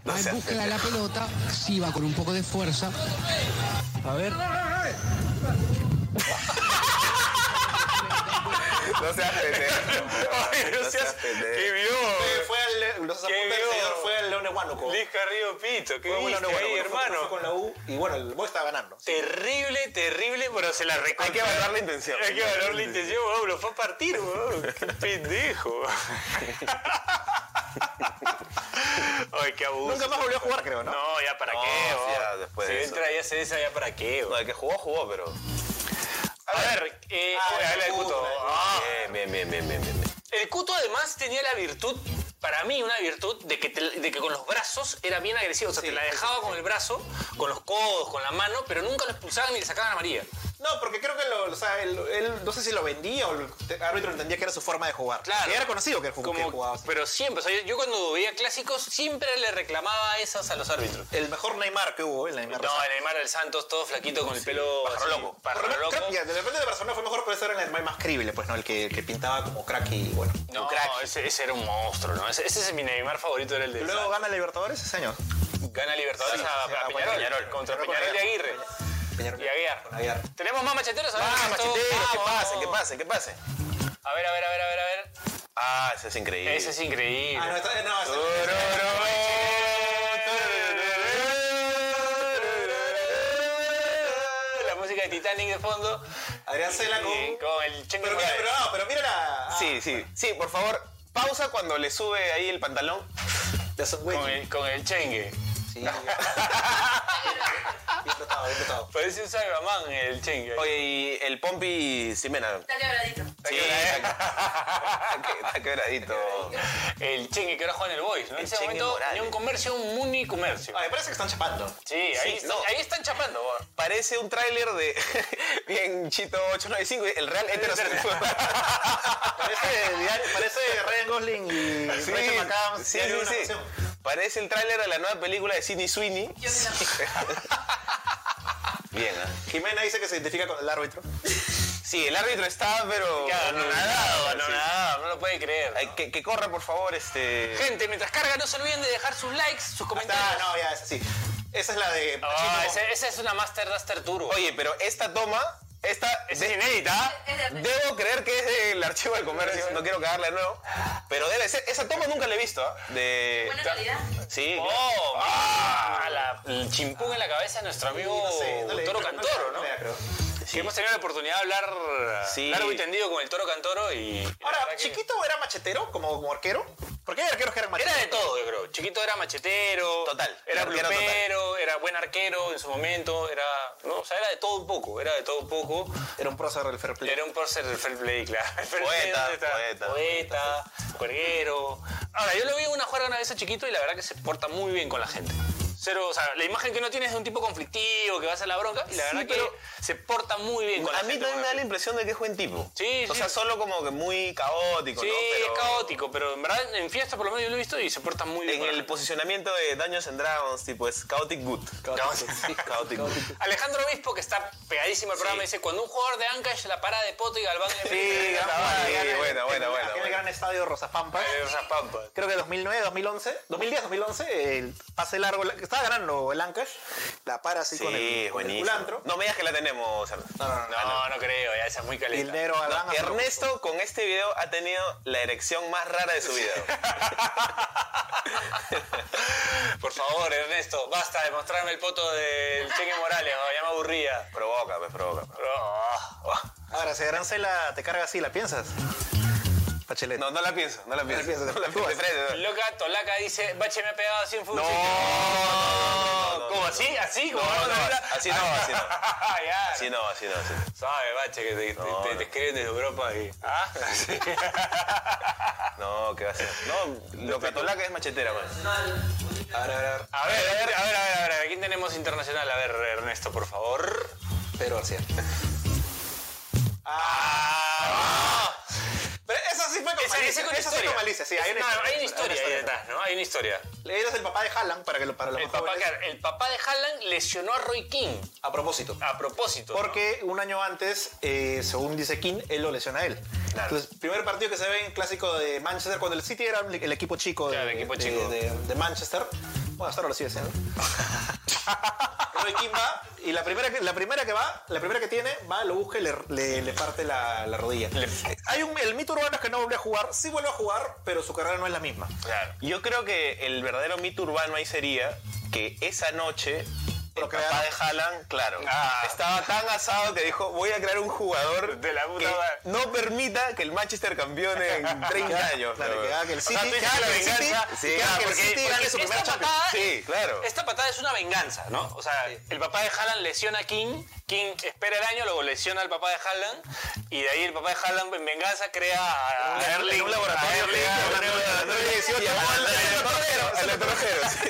Speaker 7: Va
Speaker 3: seas
Speaker 7: en búsqueda de la pelota, sí va con un poco de fuerza.
Speaker 6: A ver.
Speaker 3: No seas pendejo.
Speaker 2: Ay, no seas- ¡Qué
Speaker 4: Fue-
Speaker 2: vio!
Speaker 4: Fue al, los
Speaker 2: ¿Qué
Speaker 4: apuntes del
Speaker 2: vio?
Speaker 4: señor fue al Leone Huánuco.
Speaker 2: Liz Carrillo Pito, qué
Speaker 4: Fue al
Speaker 2: viste
Speaker 4: Leone Huánuco,
Speaker 2: ahí,
Speaker 4: fue-
Speaker 2: hermano.
Speaker 4: fue con la U y bueno, el Boy estaba ganando.
Speaker 2: Terrible, terrible, pero se la recontra.
Speaker 3: Hay que evaluar la intención.
Speaker 2: Hay que valorar la intención, weón. Lo fue a partir, weón. Qué pendejo. Ay, qué abuso.
Speaker 4: Nunca más volvió a jugar, creo, ¿no?
Speaker 2: No, ya para
Speaker 3: No,
Speaker 2: qué,
Speaker 3: sí,
Speaker 2: weón.
Speaker 3: ya después
Speaker 2: si
Speaker 3: de eso.
Speaker 2: entra y hace esa, ya para qué,
Speaker 3: No,
Speaker 2: weón.
Speaker 3: el que jugó, jugó, pero.
Speaker 2: A ver, eh,
Speaker 4: Ah,
Speaker 2: oye,
Speaker 4: el
Speaker 2: habla del
Speaker 4: Cuto,
Speaker 2: Cuto.
Speaker 4: el Cuto.
Speaker 2: Ah,
Speaker 3: Bien, bien, bien, bien, bien, bien.
Speaker 2: El Cuto además tenía la virtud, para mí una virtud, de que, te- de que con los brazos era bien agresivo. O sea, te la dejaba con el brazo, con los codos, con la mano, pero nunca lo expulsaban ni le sacaban a María.
Speaker 4: No, porque creo que lo, o sea, él, él- no sé si lo vendía o el te- árbitro entendía que era su forma de jugar.
Speaker 2: Claro.
Speaker 4: Y era conocido que, él jug- que
Speaker 2: Como-
Speaker 4: jugaba así.
Speaker 2: Pero siempre, o sea, yo, yo cuando veía clásicos siempre le reclamaba esas a los árbitros.
Speaker 4: El mejor Neymar que hubo, el Neymar.
Speaker 2: No, el Neymar del Santos, todo flaquito con el pelo.
Speaker 4: Pájaro
Speaker 2: así,
Speaker 4: loco.
Speaker 2: pájaro
Speaker 4: Pero
Speaker 2: loco.
Speaker 4: creo que de repente de Barcelona fue mejor, pero ese era el Neymar más creíble, pues, ¿no? El que, que pintaba como crack y bueno.
Speaker 2: No, ese, ese era un monstruo, ¿no? Ese, ese es mi Neymar favorito, era el de.
Speaker 4: Luego gana Libertadores ese año.
Speaker 2: Gana Libertadores a, a
Speaker 4: a
Speaker 2: Peñarol,
Speaker 4: Peñarol.
Speaker 2: Contra
Speaker 4: Peñarol con
Speaker 2: Peñarol y
Speaker 4: Aguirre.
Speaker 2: Aguirre. Y Aguiar.
Speaker 4: Aguiar.
Speaker 2: Tenemos más macheteros. A ver,
Speaker 3: Ah,
Speaker 2: Ernesto.
Speaker 3: machetero, que
Speaker 2: Vamos.
Speaker 3: pase, que pase, que pase.
Speaker 2: A ver, a ver, a ver, a ver, a ver.
Speaker 3: Ah, ese es increíble.
Speaker 2: Ese es increíble.
Speaker 4: Ah, no, esta- no, esa-
Speaker 2: La música de Titanic de fondo.
Speaker 4: Adrián Cela con...
Speaker 2: Y con el Chengo
Speaker 4: Pero mira,
Speaker 2: Morales.
Speaker 4: pero, no, pero mira la... ah,
Speaker 3: Sí, sí, sí, por favor, pausa cuando le sube ahí el pantalón.
Speaker 4: de Son
Speaker 2: Con
Speaker 4: Wayne.
Speaker 2: el, con el Chengue.
Speaker 4: Sí. bien tratado, bien tratado.
Speaker 2: Parece un Cyberman el Chengue.
Speaker 3: Oye, y el Pompi Simena.
Speaker 8: Está quebradito.
Speaker 3: Sí, está quebradito.
Speaker 2: El Chengue que ahora juega en el Boys, ¿no? En
Speaker 3: El
Speaker 2: ese
Speaker 3: Chengue
Speaker 2: momento
Speaker 3: Morales.
Speaker 2: tenía un comercio, un muni comercio.
Speaker 4: Ah, me parece que están chapando.
Speaker 2: Sí, ahí,
Speaker 3: sí,
Speaker 2: están-
Speaker 3: no.
Speaker 2: ahí están chapando. bo.
Speaker 3: Parece un tráiler de bien Chito 895, el Real Heterosexual.
Speaker 4: Parece, diario- parece Ryan Gosling y
Speaker 3: Sí,
Speaker 4: Rachel McAdams.
Speaker 3: sí,
Speaker 4: diario de
Speaker 3: sí,
Speaker 4: una
Speaker 3: sí.
Speaker 4: pasión.
Speaker 3: Parece el tráiler de la nueva película de Sidney Sweeney.
Speaker 8: Yo me la
Speaker 3: Bien, ¿ah?
Speaker 4: Jimena dice que se identifica con el árbitro.
Speaker 3: Sí, el árbitro está, pero.
Speaker 2: Ya, no,
Speaker 3: anonadado,
Speaker 2: no,
Speaker 3: anonadado.
Speaker 2: nada, no lo puede creer.
Speaker 3: Ay, que, que corra, por favor, este.
Speaker 2: Gente, mientras carga, no se olviden de dejar sus likes, sus comentarios.
Speaker 4: Ah, no, ya, es así. Esa es la de
Speaker 2: Ah,
Speaker 4: Pacino.
Speaker 2: ese- esa es una Master Duster Turbo.
Speaker 3: Oye, pero esta toma, esta es inédita. Debo creer que es del archivo del comercio. No quiero cagarla de nuevo. Pero debe ser. Esa toma nunca la he visto. ¿ah? De.
Speaker 8: Buena calidad.
Speaker 3: Sí. claro.
Speaker 2: ¡Oh! ah, la- el chimpún en la cabeza de nuestro amigo
Speaker 4: No sé, no le-
Speaker 2: Toro
Speaker 4: no le-
Speaker 2: Cantoro, ¿no?
Speaker 4: no le creo.
Speaker 2: Que hemos tenido la oportunidad de hablar
Speaker 3: Sí.
Speaker 2: largo y tendido con el Toro Cantoro y... y la
Speaker 4: Ahora,
Speaker 2: verdad que-
Speaker 4: ¿chiquito era machetero como, como arquero? Porque hay arqueros que eran
Speaker 2: Era
Speaker 4: macheteros.
Speaker 2: de todo, yo creo. Chiquito era machetero.
Speaker 3: Total,
Speaker 2: Era
Speaker 3: arquero total.
Speaker 2: blupero, era buen arquero en su momento. Era... No, o sea, era de todo un poco. Era de todo un poco.
Speaker 4: Era un prócer del fair play.
Speaker 2: Era un prócer del fair play, claro. El fair play,
Speaker 3: Poeta,
Speaker 2: ¿dónde está?
Speaker 3: poeta.
Speaker 2: Poeta, juerguero. Ahora, yo lo vi en una juerga una vez a chiquito y la verdad que se porta muy bien con la gente. Cero, o sea, la imagen que no tienes de un tipo conflictivo, que va a hacer la bronca, y la
Speaker 3: Sí,
Speaker 2: verdad
Speaker 3: pero-
Speaker 2: que se porta muy bien con
Speaker 3: A
Speaker 2: la
Speaker 3: mí
Speaker 2: gente.
Speaker 3: también me da
Speaker 2: bueno.
Speaker 3: la impresión de que es buen tipo.
Speaker 2: Sí,
Speaker 3: O
Speaker 2: sí.
Speaker 3: sea, solo como que muy caótico,
Speaker 2: Sí,
Speaker 3: ¿no? Pero
Speaker 2: es caótico, pero en verdad en fiesta por lo menos yo lo he visto y se porta muy bien.
Speaker 3: En
Speaker 2: con la
Speaker 3: el
Speaker 2: gente.
Speaker 3: posicionamiento de Dungeons and Dragons, tipo, es Chaotic Good. Chaotic, chaotic Good.
Speaker 2: Alejandro Obispo, que está pegadísimo al programa, dice, cuando un jugador de Ancash la para de poto y Galván le
Speaker 3: Sí,
Speaker 2: mete-
Speaker 3: sí,
Speaker 4: Aquel-
Speaker 3: buena, buena,
Speaker 4: aquel
Speaker 3: buena,
Speaker 4: Aquel
Speaker 3: buena.
Speaker 4: gran estadio de Rosapampa.
Speaker 2: Eh, esas pampas.
Speaker 4: Creo que 2009, 2011, 2010, 2011, el pase largo, la- estaba ganando el Ancash, la para así con
Speaker 3: Sí,
Speaker 4: el,
Speaker 3: es
Speaker 4: con el
Speaker 3: buenísimo.
Speaker 4: culantro.
Speaker 3: No me digas que la tenemos.
Speaker 4: No, no, no, no.
Speaker 2: No, no creo, ya esa es muy
Speaker 4: Y el
Speaker 2: caliente.
Speaker 4: negro Adán hace-
Speaker 3: Ernesto con este video ha tenido la erección más rara de su vida.
Speaker 2: Por favor, Ernesto, basta de mostrarme el poto del Cheque Morales, oh, ya me aburría.
Speaker 3: provoca, me provoca.
Speaker 2: Oh, oh.
Speaker 4: Ahora, si Arancela te carga así, ¿la piensas? Bachelet.
Speaker 3: No, no la pienso, no la pienso.
Speaker 4: la pienso,
Speaker 3: No
Speaker 4: te
Speaker 3: la pienso.
Speaker 4: preocupes.
Speaker 3: Fred,
Speaker 2: Loca, Tolaca dice, Bache me ha pegado así un
Speaker 3: No.
Speaker 2: futbolista.
Speaker 3: No, no, no,
Speaker 2: ¿Cómo
Speaker 3: no,
Speaker 2: así? ¿Así?
Speaker 3: No,
Speaker 2: ¿Cómo
Speaker 3: no, no, así no, así no.
Speaker 2: ya.
Speaker 3: Así no, así no, así no.
Speaker 2: Sabe, Bache, que te, te-
Speaker 3: No,
Speaker 2: te-
Speaker 3: no.
Speaker 2: te escriben desde Europa y... ¿Ah? Sí.
Speaker 3: No, ¿qué va a ser? No, lo catolaca es machetera, man.
Speaker 5: A ver, a ver.
Speaker 2: A ver, a ver, a ver, a ver, a ver, ¿a quién tenemos internacional? A ver, Ernesto, por favor.
Speaker 5: Pedro García.
Speaker 2: Ah,
Speaker 4: Ah. Pero eso sí fue
Speaker 2: Ese-
Speaker 4: con
Speaker 2: ese
Speaker 4: malicia.
Speaker 2: con
Speaker 4: Eso sí fue
Speaker 2: historia.
Speaker 4: con malicia, sí. Hay una
Speaker 2: No,
Speaker 4: historia.
Speaker 2: hay una historia ahí detrás, ¿no? Hay una historia.
Speaker 4: Él es el papá de Haaland para que lo para los
Speaker 2: El
Speaker 4: más
Speaker 2: papá,
Speaker 4: jóvenes.
Speaker 2: claro, el papá de Haaland lesionó a Roy King
Speaker 5: A propósito.
Speaker 2: a propósito. ¿no?
Speaker 4: Porque un año antes, eh, según dice King, él lo lesiona a él. Entonces, primer partido que se ve en clásico de Manchester, cuando el City era el el equipo chico, de,
Speaker 2: Claro, el equipo
Speaker 4: de-
Speaker 2: chico.
Speaker 4: De, de Manchester. Bueno, hasta ahora lo sigue siendo. Roy King va y la primera, que, la primera que va, la primera que tiene, va, lo busca y le, le- le parte la, la rodilla. Hay un, el mito urbano es que no vuelve a jugar, sí vuelve a jugar, pero su carrera no es la misma.
Speaker 2: Claro.
Speaker 3: Yo creo que el verdadero mito urbano ahí sería que esa noche el
Speaker 4: Procrearon.
Speaker 3: papá de Haaland, claro, estaba tan asado que dijo, voy a crear un jugador
Speaker 2: De la puta
Speaker 3: que
Speaker 2: madre.
Speaker 3: no permita que el Manchester campeone en 30 años.
Speaker 4: Claro,
Speaker 3: pero-
Speaker 4: que haga que el
Speaker 3: O sea,
Speaker 4: City-
Speaker 3: tú dices
Speaker 4: que haga
Speaker 3: la
Speaker 4: que el City-
Speaker 3: venganza-
Speaker 4: que
Speaker 3: sí,
Speaker 4: haga
Speaker 3: ah,
Speaker 4: que el
Speaker 3: porque-
Speaker 4: City
Speaker 3: porque
Speaker 4: gane su
Speaker 3: esta
Speaker 4: primer
Speaker 3: patada-
Speaker 2: Champions.
Speaker 3: Sí, claro.
Speaker 2: Esta patada es una venganza, ¿no? O sea, el papá de Haaland lesiona a King, King espera el año, luego lesiona al papá de Haaland, y de ahí el papá de Haaland en venganza crea a- a
Speaker 3: En
Speaker 2: Erling.
Speaker 3: un laboratorio,
Speaker 2: a Erling,
Speaker 3: en un
Speaker 2: a Erling,
Speaker 3: laboratorio de 18
Speaker 2: y a-
Speaker 3: goles, el otrojero, sí.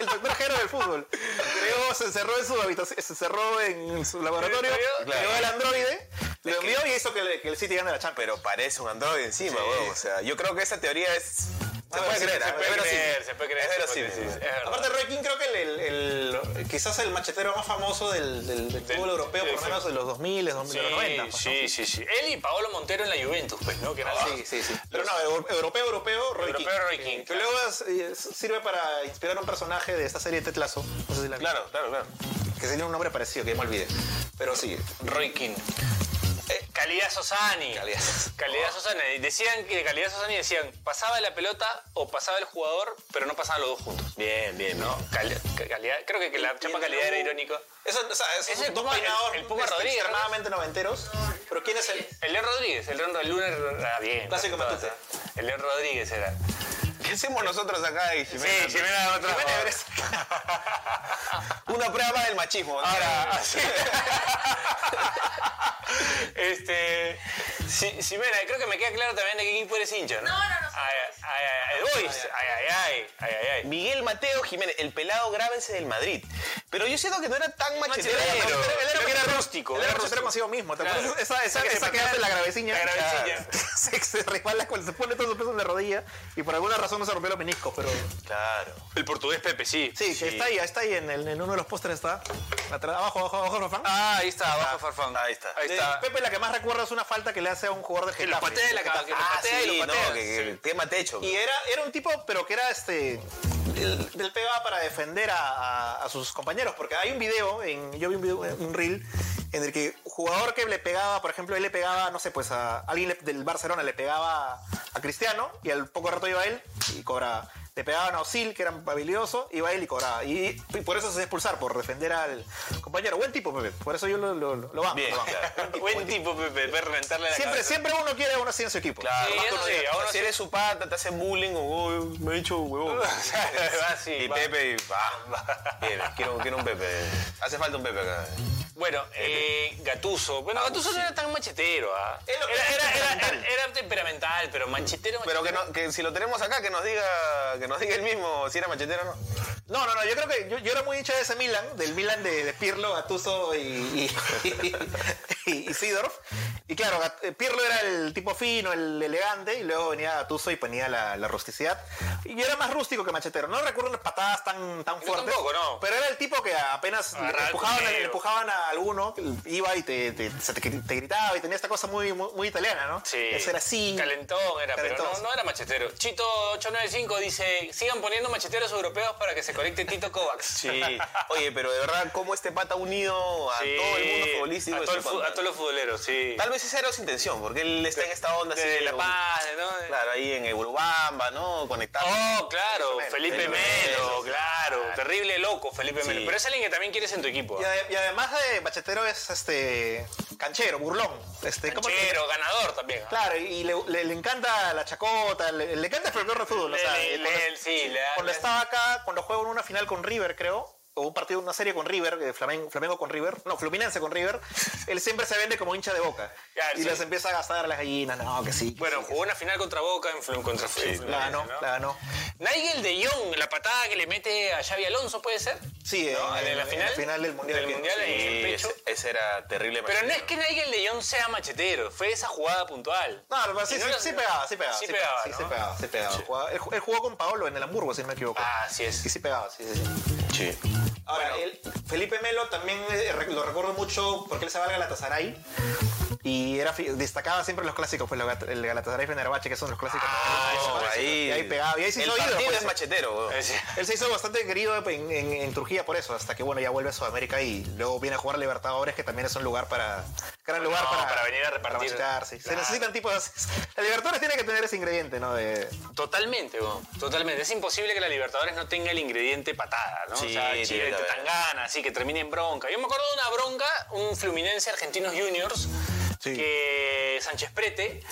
Speaker 4: El extranjero del fútbol. Creó, se encerró en su habitación, se encerró en su laboratorio,
Speaker 2: Claro.
Speaker 4: creó el androide, lo envió y hizo que, le- que el City gane la Champions.
Speaker 3: Pero parece un androide encima,
Speaker 2: Sí.
Speaker 3: weón. O sea, yo creo que esa teoría es... Se puede
Speaker 4: sí,
Speaker 3: creer,
Speaker 4: se
Speaker 3: ¿ah?
Speaker 2: puede
Speaker 3: Es verosímil.
Speaker 2: creer, se puede creer,
Speaker 3: Es
Speaker 2: se puede
Speaker 3: verosímil,
Speaker 2: creer, sí,
Speaker 3: weón.
Speaker 2: sí, es verdad.
Speaker 4: Aparte, Roy King creo que el, el- el- quizás el machetero más famoso del, del- del
Speaker 2: Del-
Speaker 4: fútbol europeo, por
Speaker 2: sí,
Speaker 4: lo menos de los 2000, de los
Speaker 2: Sí,
Speaker 4: 90. pues, ¿no? Ah,
Speaker 2: sí, sí, sí. Él y Paolo Montero en la Juventus, pues, ¿no? Que era-
Speaker 4: Sí, sí, sí. Pero no, eu- europeo, europeo, Roy
Speaker 2: Europeo,
Speaker 4: King.
Speaker 2: Roy King,
Speaker 4: Que luego es- eh, sirve para inspirar a un personaje de esta serie de Tetlazo. No sé si la
Speaker 3: Claro, claro, claro.
Speaker 4: Que tiene un nombre parecido, que ya me olvidé. Pero sí,
Speaker 2: Roy King. Eh, Calidad Sosani. Calidad, Sosani. Decían que Calidad Sosani decían, pasaba la pelota o pasaba el jugador, pero no pasaban los dos juntos. Bien, bien, ¿no? Cali- ca- calidad. Creo que, que la chapa calidad era irónico.
Speaker 4: Eso, o sea, esos
Speaker 2: Es el
Speaker 4: dos
Speaker 2: Puma-
Speaker 4: peinados
Speaker 2: el- el Puma
Speaker 4: este,
Speaker 2: Rodríguez,
Speaker 4: extremadamente noventeros. Pero ¿quién es el...?
Speaker 2: El León Rodríguez, el León el Lunes, ah, bien.
Speaker 4: Clásico
Speaker 2: todas,
Speaker 4: Matute.
Speaker 2: ¿eh? El León Rodríguez era.
Speaker 3: ¿Qué hacemos nosotros acá eh, y Jimena?
Speaker 2: Sí, Jimena otra.
Speaker 3: Jimena Everest. Una prueba más del machismo. ¿no?
Speaker 2: Ahora, así- este. Si, si, mira, creo que me queda claro también de qué equipo eres hincha, ¿no?
Speaker 8: No, no, no, soy
Speaker 2: Ay, ay, ay, ay, uy, ay, ay, ay, ay, ay, ay.
Speaker 3: Miguel Mateo Jiménez, el pelado grábense del Madrid. Pero yo siento que no era tan machetero.
Speaker 2: Machetero.
Speaker 3: Él era,
Speaker 2: Creo que era
Speaker 3: machetero
Speaker 2: rústico.
Speaker 4: Era
Speaker 2: era
Speaker 4: grosero
Speaker 2: rústico.
Speaker 4: consigo mismo, ¿te
Speaker 2: Claro.
Speaker 4: acuerdas? Esa, esa,
Speaker 2: que se
Speaker 4: esa que
Speaker 2: patea
Speaker 4: hace la gravecilla.
Speaker 2: la gravecilla.
Speaker 4: Claro. se, se resbala cuando se pone todo su peso en la rodilla y por alguna razón no se rompió los meniscos, pero...
Speaker 3: Claro.
Speaker 2: El portugués Pepe, sí.
Speaker 4: Sí, que está ahí, está ahí en, el- en uno de los pósteres, está. Atrás, abajo, abajo, abajo, Rafa.
Speaker 2: Ah, ahí está, abajo Farfán.
Speaker 3: Ahí está.
Speaker 2: Ahí
Speaker 4: De
Speaker 2: está.
Speaker 4: Pepe la que más recuerdo es una falta que le hace a un jugador de
Speaker 2: Que lo
Speaker 4: Getafe.
Speaker 2: patea de la cabeza, que lo
Speaker 3: Ah,
Speaker 2: patea y
Speaker 3: sí,
Speaker 2: lo
Speaker 3: no,
Speaker 2: patea.
Speaker 3: que, que tema techo.
Speaker 4: Y era, era un tipo, pero que era este. el- del PBA para defender a, a- a sus compañeros. Porque hay un video, en, yo vi un, video, un reel, en el que jugador que le pegaba, por ejemplo, él le pegaba, no sé, pues a alguien le- del Barcelona le pegaba a Cristiano y al poco rato iba él y cobraba. Le pegaban a Osil, que era habilidoso, iba él y cobraba. Y, y por eso se hace expulsar, por defender al compañero. Buen tipo, Pepe. Por eso yo lo, lo, lo banco,
Speaker 3: Bien,
Speaker 4: lo banco.
Speaker 3: claro.
Speaker 2: Buen tipo, Pepe, para reventarle la
Speaker 4: Siempre,
Speaker 2: cabeza.
Speaker 4: siempre uno quiere a uno así en su equipo.
Speaker 3: Claro,
Speaker 2: Pues Sí,
Speaker 3: más
Speaker 2: eso
Speaker 3: que uno
Speaker 2: sí,
Speaker 3: diga,
Speaker 2: ahora
Speaker 3: si
Speaker 2: sí.
Speaker 3: eres su pata, te hace bullying, o, "Uy, me ha dicho huevón.
Speaker 2: Va, sí,
Speaker 3: y
Speaker 2: va.
Speaker 3: Pepe, y va. Bien, quiero, quiero un Pepe. Hace falta un Pepe acá.
Speaker 2: Bueno, eh, Gatuso. Bueno, Gatuso no era tan machetero. ¿ah?
Speaker 3: Es lo que-
Speaker 2: Era, era- era-
Speaker 3: temperamental.
Speaker 2: era temperamental, pero machetero.
Speaker 3: Pero que,
Speaker 2: machetero.
Speaker 3: no, que si lo tenemos acá, que nos diga que nos diga el mismo si era machetero o no.
Speaker 4: No, no, no, yo creo que yo, yo era muy hincha de ese Milan, del Milan de, de Pirlo, Gattuso y, y, y- y Seedorf. Y claro, Gat- eh, Pirlo era el tipo fino, el elegante, y luego venía Gattuso y ponía la, la rusticidad. Y yo era más rústico que machetero. No recuerdo unas patadas tan, tan fuertes.
Speaker 2: tampoco, no.
Speaker 4: Pero era el tipo que apenas le
Speaker 2: Agarraba el
Speaker 4: empujaban, a- le
Speaker 2: primero.
Speaker 4: empujaban a alguno, iba y te, te- se te, te gritaba y tenía esta cosa muy, muy, muy italiana, ¿no?
Speaker 2: Sí.
Speaker 4: Eso era así.
Speaker 2: Calentón era,
Speaker 4: Calentón.
Speaker 2: pero no, no era machetero. Chito 895 dice, sigan poniendo macheteros europeos para que se conecte Tito Kovacs.
Speaker 3: Sí. Oye, pero de verdad, ¿cómo este pata ha unido a
Speaker 2: Sí,
Speaker 3: todo el mundo futbolístico?
Speaker 2: A,
Speaker 3: de
Speaker 2: todo
Speaker 3: su
Speaker 2: el fu- a
Speaker 3: pata?
Speaker 2: todos los futboleros, sí.
Speaker 3: Tal vez esa era su intención, porque él está en esta onda así.
Speaker 2: de La
Speaker 3: un-
Speaker 2: Paz, ¿no? De-
Speaker 3: Claro, ahí en Urubamba, ¿no? Conectado.
Speaker 2: Oh, claro, Felipe,
Speaker 3: Felipe
Speaker 2: Melo,
Speaker 3: Melo,
Speaker 2: claro. Terrible loco, Felipe Melo. Pero es alguien que también quieres en tu equipo.
Speaker 4: Y,
Speaker 2: ¿ah?
Speaker 4: ade- y además de machetero es este canchero, burlón. Este, ¿cómo se-
Speaker 2: Canchero, ganador también. ¿ah?
Speaker 4: Claro, y le, le- le encanta la chacota, le, le encanta el folclore de fútbol. o
Speaker 2: Le-
Speaker 4: sea,
Speaker 2: le-
Speaker 4: eh, cuando,
Speaker 2: le- sí, le da-
Speaker 4: cuando
Speaker 2: le-
Speaker 4: estaba acá, cuando juego en una final con River, creo, o un partido, una serie con River, eh, Flamengo, Flamengo con River, no, Fluminense con River, él siempre se vende como hincha de boca.
Speaker 2: Claro,
Speaker 4: y
Speaker 2: sí.
Speaker 4: les empieza a gastar a las gallinas, no, que sí. que
Speaker 2: Bueno,
Speaker 4: sí, que
Speaker 2: jugó una final contra Boca en Flu- contra
Speaker 4: sí.
Speaker 2: Fluminense,
Speaker 4: La ganó,
Speaker 2: ¿no?
Speaker 4: la ganó.
Speaker 2: Nigel de Jong, la patada que le mete a Xavi Alonso, ¿puede ser?
Speaker 4: Sí,
Speaker 2: ¿No?
Speaker 4: en,
Speaker 2: ¿De la
Speaker 4: en
Speaker 2: final?
Speaker 4: del Mundial.
Speaker 2: Del
Speaker 4: que-
Speaker 2: Mundial,
Speaker 3: Sí,
Speaker 2: ahí en el pecho.
Speaker 3: ese, ese era terrible
Speaker 2: Pero no es
Speaker 3: machetero.
Speaker 2: que Nigel de Jong sea machetero, fue esa jugada puntual.
Speaker 4: No, pero sí,
Speaker 2: Y no
Speaker 4: sí,
Speaker 2: lo-
Speaker 4: sí pegaba, sí pegaba.
Speaker 2: Sí pegaba,
Speaker 4: Sí,
Speaker 2: ¿no?
Speaker 4: sí pegaba, sí pegaba. Jugaba- él, él jugó con Paolo en el Hamburgo, si no me equivoco.
Speaker 2: Ah, así es.
Speaker 4: Y sí pegaba, sí, sí. sí.
Speaker 3: Sí.
Speaker 4: Ahora, él- Felipe Melo también eh, re- lo recuerdo mucho porque él se va al Galatasaray y era, fi- destacaba siempre en los clásicos, pues lo Gat- el Galatasaray Fenerbahce, que son los clásicos.
Speaker 2: Ah,
Speaker 3: No,
Speaker 4: Y ahí pegaba, y ahí se
Speaker 3: el
Speaker 4: hizo ídolo,
Speaker 3: partido
Speaker 4: pues, por
Speaker 3: es
Speaker 4: eso.
Speaker 3: machetero, weón.
Speaker 2: Es-
Speaker 4: Él se hizo bastante querido en, en- en Turquía por eso, hasta que bueno, ya vuelve a Sudamérica y luego viene a jugar a Libertadores, que también es un lugar para. Gran lugar
Speaker 2: No,
Speaker 4: para,
Speaker 2: para venir a repartir.
Speaker 4: machetearse. Se
Speaker 2: Claro.
Speaker 4: necesitan tipos así. La Libertadores tiene que tener ese ingrediente, ¿no? De,
Speaker 2: Totalmente, bo, totalmente. Es imposible que la Libertadores no tenga el ingrediente patada, ¿no? o
Speaker 3: Sí,
Speaker 2: sea,
Speaker 3: tiene
Speaker 2: Chile,
Speaker 3: que haber.
Speaker 2: Tangana, así que termine en bronca. Yo me acuerdo de una bronca, un Fluminense Argentinos Juniors, que Sánchez Prete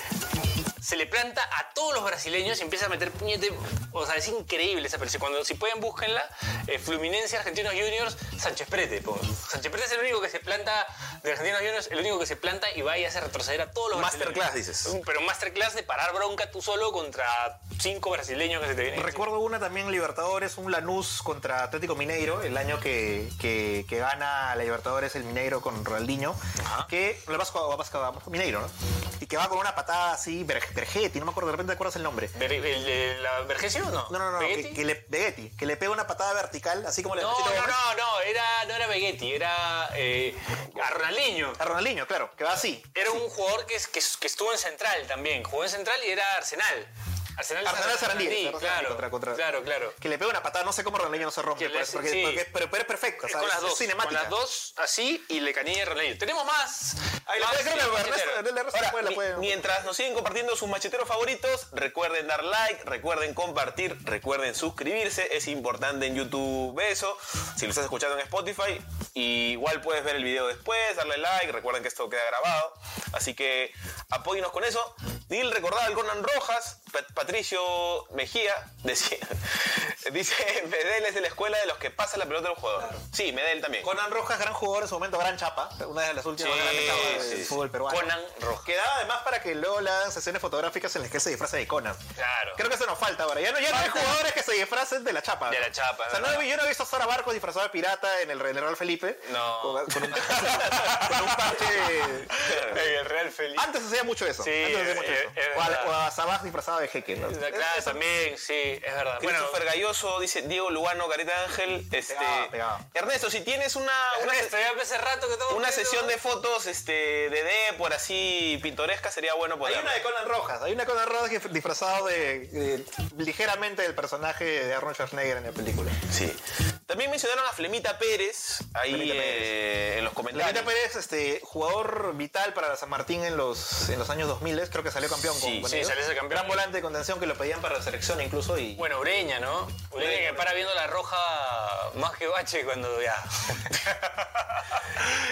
Speaker 2: se le planta a todos los brasileños y empieza a meter puñete. O sea, es increíble esa película. Cuando, si pueden, búsquenla. eh, Fluminense Argentinos Juniors, Sánchez Prete. po. Sánchez Prete es el único que se planta de Argentinos Juniors, el único que se planta y va y hace retroceder a todos los brasileños.
Speaker 3: Masterclass, dices.
Speaker 2: Un- Pero masterclass de parar bronca tú solo contra cinco brasileños que se te vienen.
Speaker 4: Recuerdo una también Libertadores, un Lanús contra Atlético Mineiro, el año que, que- que gana la Libertadores el Mineiro con Ronaldinho, que el Vasco, o Vasco vamos, Mineiro, ¿no? Y que va con una patada así, Ber- Bergetti, no me acuerdo, de repente te acuerdas el nombre.
Speaker 2: Ver- el- el- ¿La Vergesio o no?
Speaker 4: No, no, no,
Speaker 2: ¿Vegetti?
Speaker 4: que, que le, Begetti, que le pega una patada vertical, así como le
Speaker 2: No, no, no, no, era, no era Vegetti, era eh, a Ronaldinho.
Speaker 4: a Ronaldinho, claro, que va así.
Speaker 2: Era un jugador que, es- que, es- que estuvo en Central también. Jugó en Central y era Arsenal. Arsenal,
Speaker 4: Arsenal Sarandí, Arsenal
Speaker 2: claro,
Speaker 4: contra- contra-
Speaker 2: claro, claro.
Speaker 4: Que le pega una patada, no sé cómo Ronaldinho no se rompe,
Speaker 2: Que le
Speaker 4: por eso,
Speaker 2: hace-
Speaker 4: porque,
Speaker 2: sí.
Speaker 4: porque es- pero, pero es perfecto, o sea,
Speaker 2: con
Speaker 4: es-
Speaker 2: las
Speaker 4: es
Speaker 2: dos, con
Speaker 4: cinemática.
Speaker 2: las dos así y le canilla a Ronaldinho. Tenemos más.
Speaker 4: Ahí la
Speaker 2: más,
Speaker 4: puede- creo
Speaker 2: eh,
Speaker 4: que Ernesto-
Speaker 2: machetero.
Speaker 4: Ernesto
Speaker 3: Ahora,
Speaker 4: puede- la
Speaker 3: mi-
Speaker 4: puede-
Speaker 3: mientras nos siguen compartiendo sus macheteros favoritos, recuerden dar like, recuerden compartir, recuerden suscribirse. Es importante en YouTube eso. Si lo estás escuchando en Spotify, igual puedes ver el video después, darle like. Recuerden que esto queda grabado. Así que apóyenos con eso. Neil recordaba al Conan Rojas, Pat- Patricio Mejía decía, dice, Medel es de la escuela de los que pasa la pelota al jugador. Sí, Medel también.
Speaker 4: Conan Rojas, gran jugador en su momento, gran chapa. Una de las últimas
Speaker 3: Sí,
Speaker 4: grandes chapas
Speaker 3: sí,
Speaker 4: del
Speaker 3: sí.
Speaker 4: fútbol peruano.
Speaker 2: Conan Rojas.
Speaker 4: Quedaba además para que luego le hagan sesiones fotográficas en las que él se disfraza de Conan.
Speaker 2: Claro.
Speaker 4: Creo que eso nos falta ahora. Ya no, ya no hay
Speaker 2: Falta.
Speaker 4: jugadores que se disfracen de la chapa.
Speaker 2: De
Speaker 4: ¿no?
Speaker 2: la chapa,
Speaker 4: O sea,
Speaker 2: es
Speaker 4: no,
Speaker 2: verdad.
Speaker 4: he- yo no he visto a Sara Barcos disfrazado de pirata en el General Felipe.
Speaker 2: No.
Speaker 4: Con, con un, con un parche.
Speaker 2: El Real Feliz.
Speaker 4: Antes hacía mucho eso.
Speaker 2: Sí,
Speaker 4: Antes hacía mucho
Speaker 2: es-
Speaker 4: eso.
Speaker 2: es
Speaker 4: o, a,
Speaker 2: verdad.
Speaker 4: o a Sabaj disfrazado de jeque. ¿no?
Speaker 2: Claro, también, sí, es verdad. Bueno,
Speaker 3: Christopher Galloso, dice Diego Lugano, Carita de Ángel. Este,
Speaker 4: Pegado, pegado.
Speaker 3: Ernesto, si tienes una, una,
Speaker 2: Ernesto, ya hace rato que estamos
Speaker 3: una
Speaker 2: viendo-
Speaker 3: sesión de fotos este, de D por así pintoresca, sería bueno
Speaker 4: Hay
Speaker 3: poder.
Speaker 4: una de Conan Rojas, hay una de Conan Rojas que disfrazado de, de- ligeramente del personaje de Arnold Schwarzenegger en la película.
Speaker 3: Sí. También mencionaron a Flemita Pérez ahí
Speaker 4: Flemita Pérez.
Speaker 3: eh, en los comentarios.
Speaker 4: Lamita Pérez, este, jugador vital para San Martín en los, en los años 2000, creo que salió campeón.
Speaker 3: Sí,
Speaker 2: sí,
Speaker 4: ellos.
Speaker 2: salió ese campeón.
Speaker 4: Gran volante de contención que lo pedían para la selección incluso y...
Speaker 2: Bueno, Ureña, ¿no? Ureña que para viendo la roja más que bache cuando ya.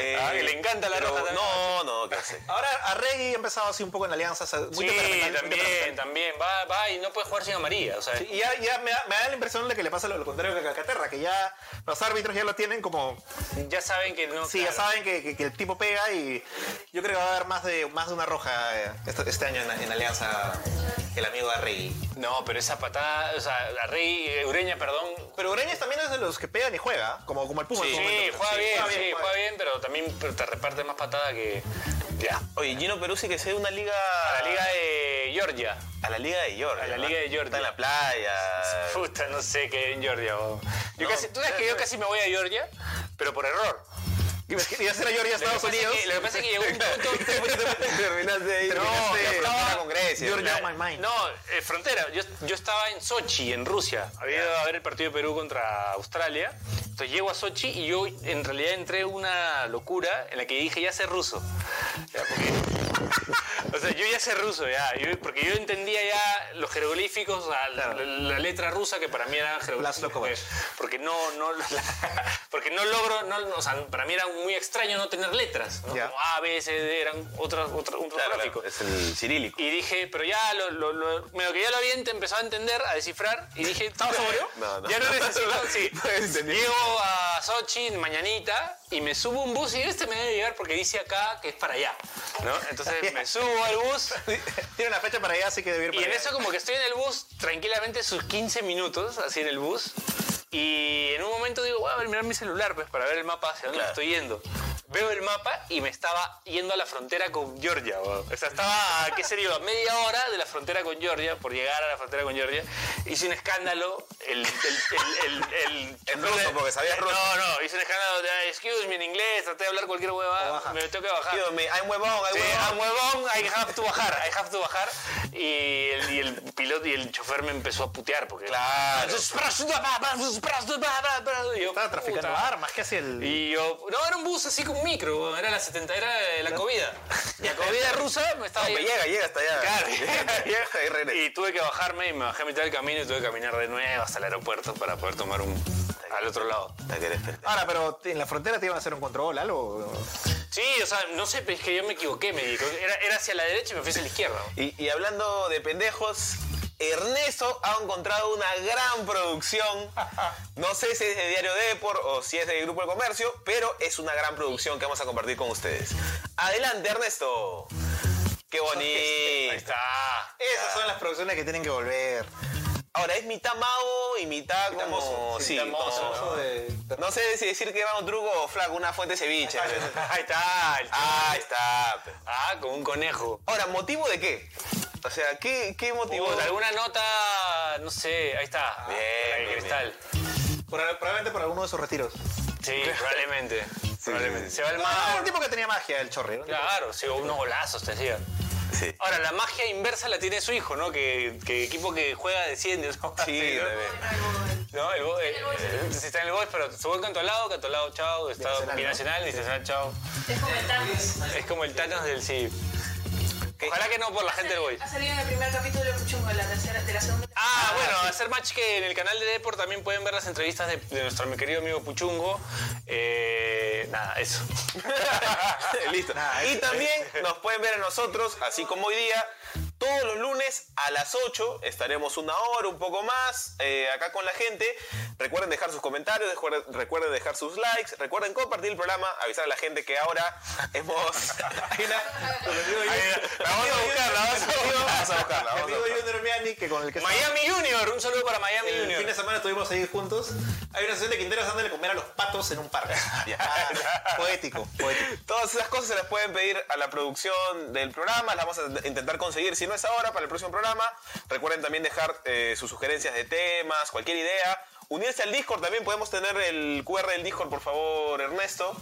Speaker 3: Eh,
Speaker 2: ah, que le encanta la
Speaker 3: pero-
Speaker 2: roja también.
Speaker 3: No, no, qué hace.
Speaker 4: Ahora a Rey ha empezado así un poco en alianzas,
Speaker 2: sí,
Speaker 4: muy temperamental, muy
Speaker 2: también,
Speaker 4: temperamental.
Speaker 2: también. Va, va y no puede jugar sin amarilla, o sea.
Speaker 4: Sí, Y ya, ya me, da, me da la impresión de que le pasa lo, lo contrario que a Calcaterra, que ya los árbitros ya lo tienen como
Speaker 2: Ya saben que no.
Speaker 4: Sí, ya
Speaker 2: claro.
Speaker 4: saben que, que- que el tipo pega y yo creo que va a haber más de, más de una roja eh, este, este año en, en Alianza el amigo de Rey.
Speaker 2: No, pero esa patada, o sea, la Rey, eh, Ureña, perdón.
Speaker 4: Pero Ureñas también es de los que pegan y juega, como, como el Puma.
Speaker 2: Sí,
Speaker 4: en su momento.
Speaker 2: juega bien, sí,
Speaker 4: juega bien,
Speaker 2: juega bien, pero también te reparte más patada que. Ya.
Speaker 3: Oye, Gino Peruzzi que sea una liga.
Speaker 2: A la Liga de Georgia.
Speaker 3: A la Liga de Georgia.
Speaker 2: A la
Speaker 3: ¿no?
Speaker 2: Liga de Georgia.
Speaker 3: Está en la playa.
Speaker 2: Puta, no sé qué en Georgia. bo. Yo
Speaker 3: No,
Speaker 2: casi, Tú sabes que yo casi me voy a Georgia, pero por error.
Speaker 4: Y hacer a Georgia a Estados
Speaker 2: Lo que pasa
Speaker 4: Unidos.
Speaker 2: es que- Lo que pasa es que llegó un punto.
Speaker 3: Terminaste ahí.
Speaker 2: No,
Speaker 4: este,
Speaker 3: terminaste
Speaker 2: yo
Speaker 3: en la
Speaker 2: estaba-
Speaker 3: con Grecia.
Speaker 4: Georgia
Speaker 3: Claro.
Speaker 4: on my mind.
Speaker 2: No, eh, frontera. Yo, yo estaba en Sochi, en Rusia. Había ido a ver el partido de Perú contra Australia. Entonces llego a Sochi y yo en realidad entré una locura en la que dije, ya sé ruso. Ya, porque- o sea, yo ya sé ruso, ya. Yo- porque yo entendía ya los jeroglíficos, o sea, la- la, la letra rusa que para mí era
Speaker 4: Las
Speaker 2: jeroglífico. Eh,
Speaker 4: Lokovac.
Speaker 2: Porque no, no, porque no logro, no, o sea, para mí era muy extraño no tener letras. ¿no?
Speaker 4: Ya.
Speaker 2: Como A, B, C, D eran otras, otras, otros
Speaker 3: Claro, claro,
Speaker 2: gráficos.
Speaker 3: Es el cirílico.
Speaker 2: Y dije, pero ya lo, lo, lo- medio que ya lo había ent- empezado a entender, a descifrar, y dije, ¿estaba sobrio?
Speaker 3: No, no.
Speaker 2: Ya no necesito, sí. Llego a Sochi mañanita y me subo a un bus y este me debe llegar porque dice acá que es para allá, ¿no? Entonces me subo al bus
Speaker 4: Tiene una fecha para allá, así que debe ir
Speaker 2: y
Speaker 4: para
Speaker 2: en
Speaker 4: allá.
Speaker 2: eso como que estoy en el bus tranquilamente sus 15 minutos, así en el bus, y en un momento digo, voy a ver, mirar mi celular pues para ver el mapa hacia dónde
Speaker 3: Claro.
Speaker 2: estoy yendo. Veo el mapa y me estaba yendo a la frontera con Georgia. weón. O sea, estaba, qué sé yo, a media hora de la frontera con Georgia, por llegar a la frontera con Georgia. Hice un escándalo. El, el, el, el, el-
Speaker 3: En ruso, porque sabías ruso.
Speaker 2: No, no, hice un escándalo de, "Ay, excuse me, en inglés, traté de hablar cualquier hueva, me tengo que bajar.
Speaker 3: Tío, me- hay huevón, hay
Speaker 2: Sí,
Speaker 3: huevón.
Speaker 2: ah, huevón, I have to bajar, I have to bajar. Y el, y el piloto y el chofer me empezó a putear porque...
Speaker 3: Claro.
Speaker 2: Y yo,
Speaker 4: Estaba traficando
Speaker 2: puta.
Speaker 4: armas, ¿qué hace el...?
Speaker 2: Y yo, no, era un bus así con un micro, huevón, era la 70, era la comida. La comida rusa me estaba...
Speaker 3: No, pero llega, llega hasta allá.
Speaker 2: Claro.
Speaker 3: Llega, llega y regresa.
Speaker 2: y tuve que bajarme y me bajé a mitad del camino y tuve que caminar de nuevo hasta el aeropuerto para poder tomar un... al otro lado.
Speaker 3: Puta, que eres pendejo.
Speaker 4: Ahora, pero en la frontera te iban a hacer un control, algo.
Speaker 2: Sí, o sea, no sé, pero es que yo me equivoqué, me dijo. Era, era hacia la derecha y me fui hacia la izquierda. huevón.
Speaker 3: Y, y hablando de pendejos, Ernesto ha encontrado una gran producción. No sé si es de Diario Depor o si es de Grupo de Comercio, pero es una gran producción que vamos a compartir con ustedes. Adelante, Ernesto. Qué
Speaker 2: Ahí
Speaker 3: bonito.
Speaker 2: está.
Speaker 4: este, Esas son las producciones que tienen que volver.
Speaker 3: Ahora es mitad mago y mitad como.
Speaker 4: mozo,
Speaker 3: sí,
Speaker 4: mitad mozo,
Speaker 3: como-
Speaker 4: mozo de-
Speaker 3: No sé si decir que va un truco o flaco, una fuente de ceviche.
Speaker 2: Ahí está. el-
Speaker 3: ah, está. pe.
Speaker 2: Ah, con un conejo.
Speaker 3: Ahora, ¿motivo de qué? O sea, ¿qué, qué motivo?
Speaker 2: Puta, alguna nota, no sé, ahí está.
Speaker 3: Oh. Ah, Bien,
Speaker 2: Ahí,
Speaker 3: bien,
Speaker 2: cristal.
Speaker 4: Por- probablemente por alguno de sus retiros.
Speaker 2: Sí, probablemente. probablemente.
Speaker 3: sí, sí.
Speaker 2: Se va al
Speaker 4: Era Ah, un
Speaker 2: mar.
Speaker 4: tipo que tenía magia, el chorri. ¿no?
Speaker 2: Claro, sí, unos golazos te hacía.
Speaker 3: Sí.
Speaker 2: Ahora, la magia inversa la tiene su hijo, ¿no? Que, que equipo que juega desciende. ¿no?
Speaker 3: Sí,
Speaker 2: ¿no?
Speaker 3: bebé.
Speaker 2: No, el Boys. sí, está en el Boys, pero se vuelve Cantolao, Cantolao, chao. Está
Speaker 4: Binacional, ¿no?
Speaker 2: binacional, binacional, chao.
Speaker 8: Es como el Thanos.
Speaker 2: Es como el Thanos del sí. Ojalá que no por la gente del Boys.
Speaker 8: Ha salido en el primer capítulo de Chungo, la tercera, de la segunda.
Speaker 2: Ah, bueno, hacer match que en el canal de Deport también pueden ver las entrevistas de, de nuestro mi querido amigo Puchungo. Eh, nada, eso.
Speaker 3: Listo. y también nos pueden ver a nosotros, así como hoy día, Todos los lunes a las 8 estaremos una hora, un poco más, eh, acá con la gente. Recuerden dejar sus comentarios, recuerden- recuerden dejar sus likes, recuerden compartir el programa, avisar a la gente que ahora hemos... Hay una-
Speaker 4: La vamos a buscar, la vamos a buscar.
Speaker 3: Vamos a buscarla, vamos a
Speaker 4: amigo
Speaker 3: buscarla.
Speaker 4: Junior Miani, que con el que
Speaker 2: Miami Junior, un saludo para Miami
Speaker 4: el fin de
Speaker 2: Junior.
Speaker 4: semana estuvimos ahí juntos. Hay una sesión de Quinteros dándole comer a los patos en un parque. Ah, poético, poético.
Speaker 3: Pues, Todas esas cosas se las pueden pedir a la producción del programa, las vamos a intentar conseguir, si no es ahora, para el próximo programa. Recuerden también dejar eh, sus sugerencias de temas, cualquier idea. Unirse al Discord también, podemos tener el QR del Discord, por favor, Ernesto.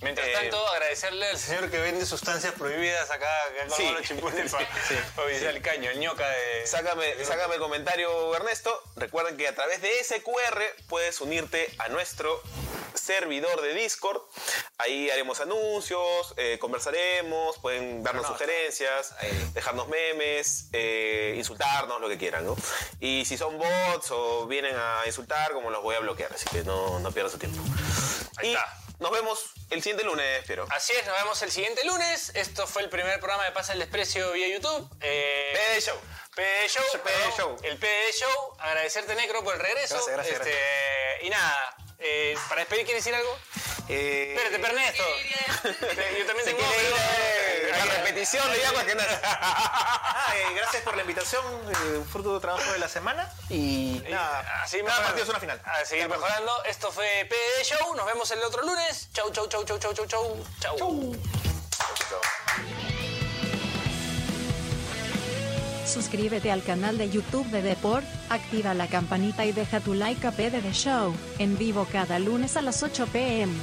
Speaker 2: Mientras
Speaker 3: Eh,
Speaker 2: tanto, agradecerle al señor que vende sustancias prohibidas acá, acá con
Speaker 3: Sí.
Speaker 2: Pablo Chimpulte, pa- oficial caño, ñoca de...
Speaker 3: Sácame, sácame el comentario, Ernesto. Recuerden que a través de ese QR puedes unirte a nuestro servidor de Discord. Ahí haremos anuncios, eh, conversaremos, pueden darnos sugerencias, dejarnos memes, eh, insultarnos, lo que quieran, ¿no? Y si son bots o vienen a insultar, como los voy a bloquear, así que no, no pierdas su tiempo.
Speaker 2: Ahí
Speaker 3: y
Speaker 2: está.
Speaker 3: nos vemos el siguiente lunes, Piero.
Speaker 2: Así es, nos vemos el siguiente lunes. Esto fue el primer programa de Pasa el Desprecio vía YouTube. Eh,
Speaker 3: PD Show.
Speaker 2: PD Show.
Speaker 4: PD
Speaker 2: perdón,
Speaker 4: Show.
Speaker 2: El PD Show. Agradecerte, Necro, por el regreso.
Speaker 4: Gracias, gracias,
Speaker 2: Este, Y nada, eh, para despedir, ¿quieres decir algo?
Speaker 4: Eh,
Speaker 2: Espérate, Pernesto. Yo también tengo
Speaker 3: quiere ir, eh, la repetición de Yaguas que nace.
Speaker 4: ah, eh, gracias por la invitación. eh, un fruto trabajo de la semana. Y nada,
Speaker 2: Así
Speaker 4: cada partido es una final.
Speaker 2: A seguir mejorando. Esto fue PD Show. Nos vemos el otro lunes. Chau, chau, chau, chau, chau, chau, chau. Chau.
Speaker 1: Suscríbete al canal de YouTube de Deport, activa la campanita y deja tu like a PD de Show, en vivo cada lunes a las 8 pm.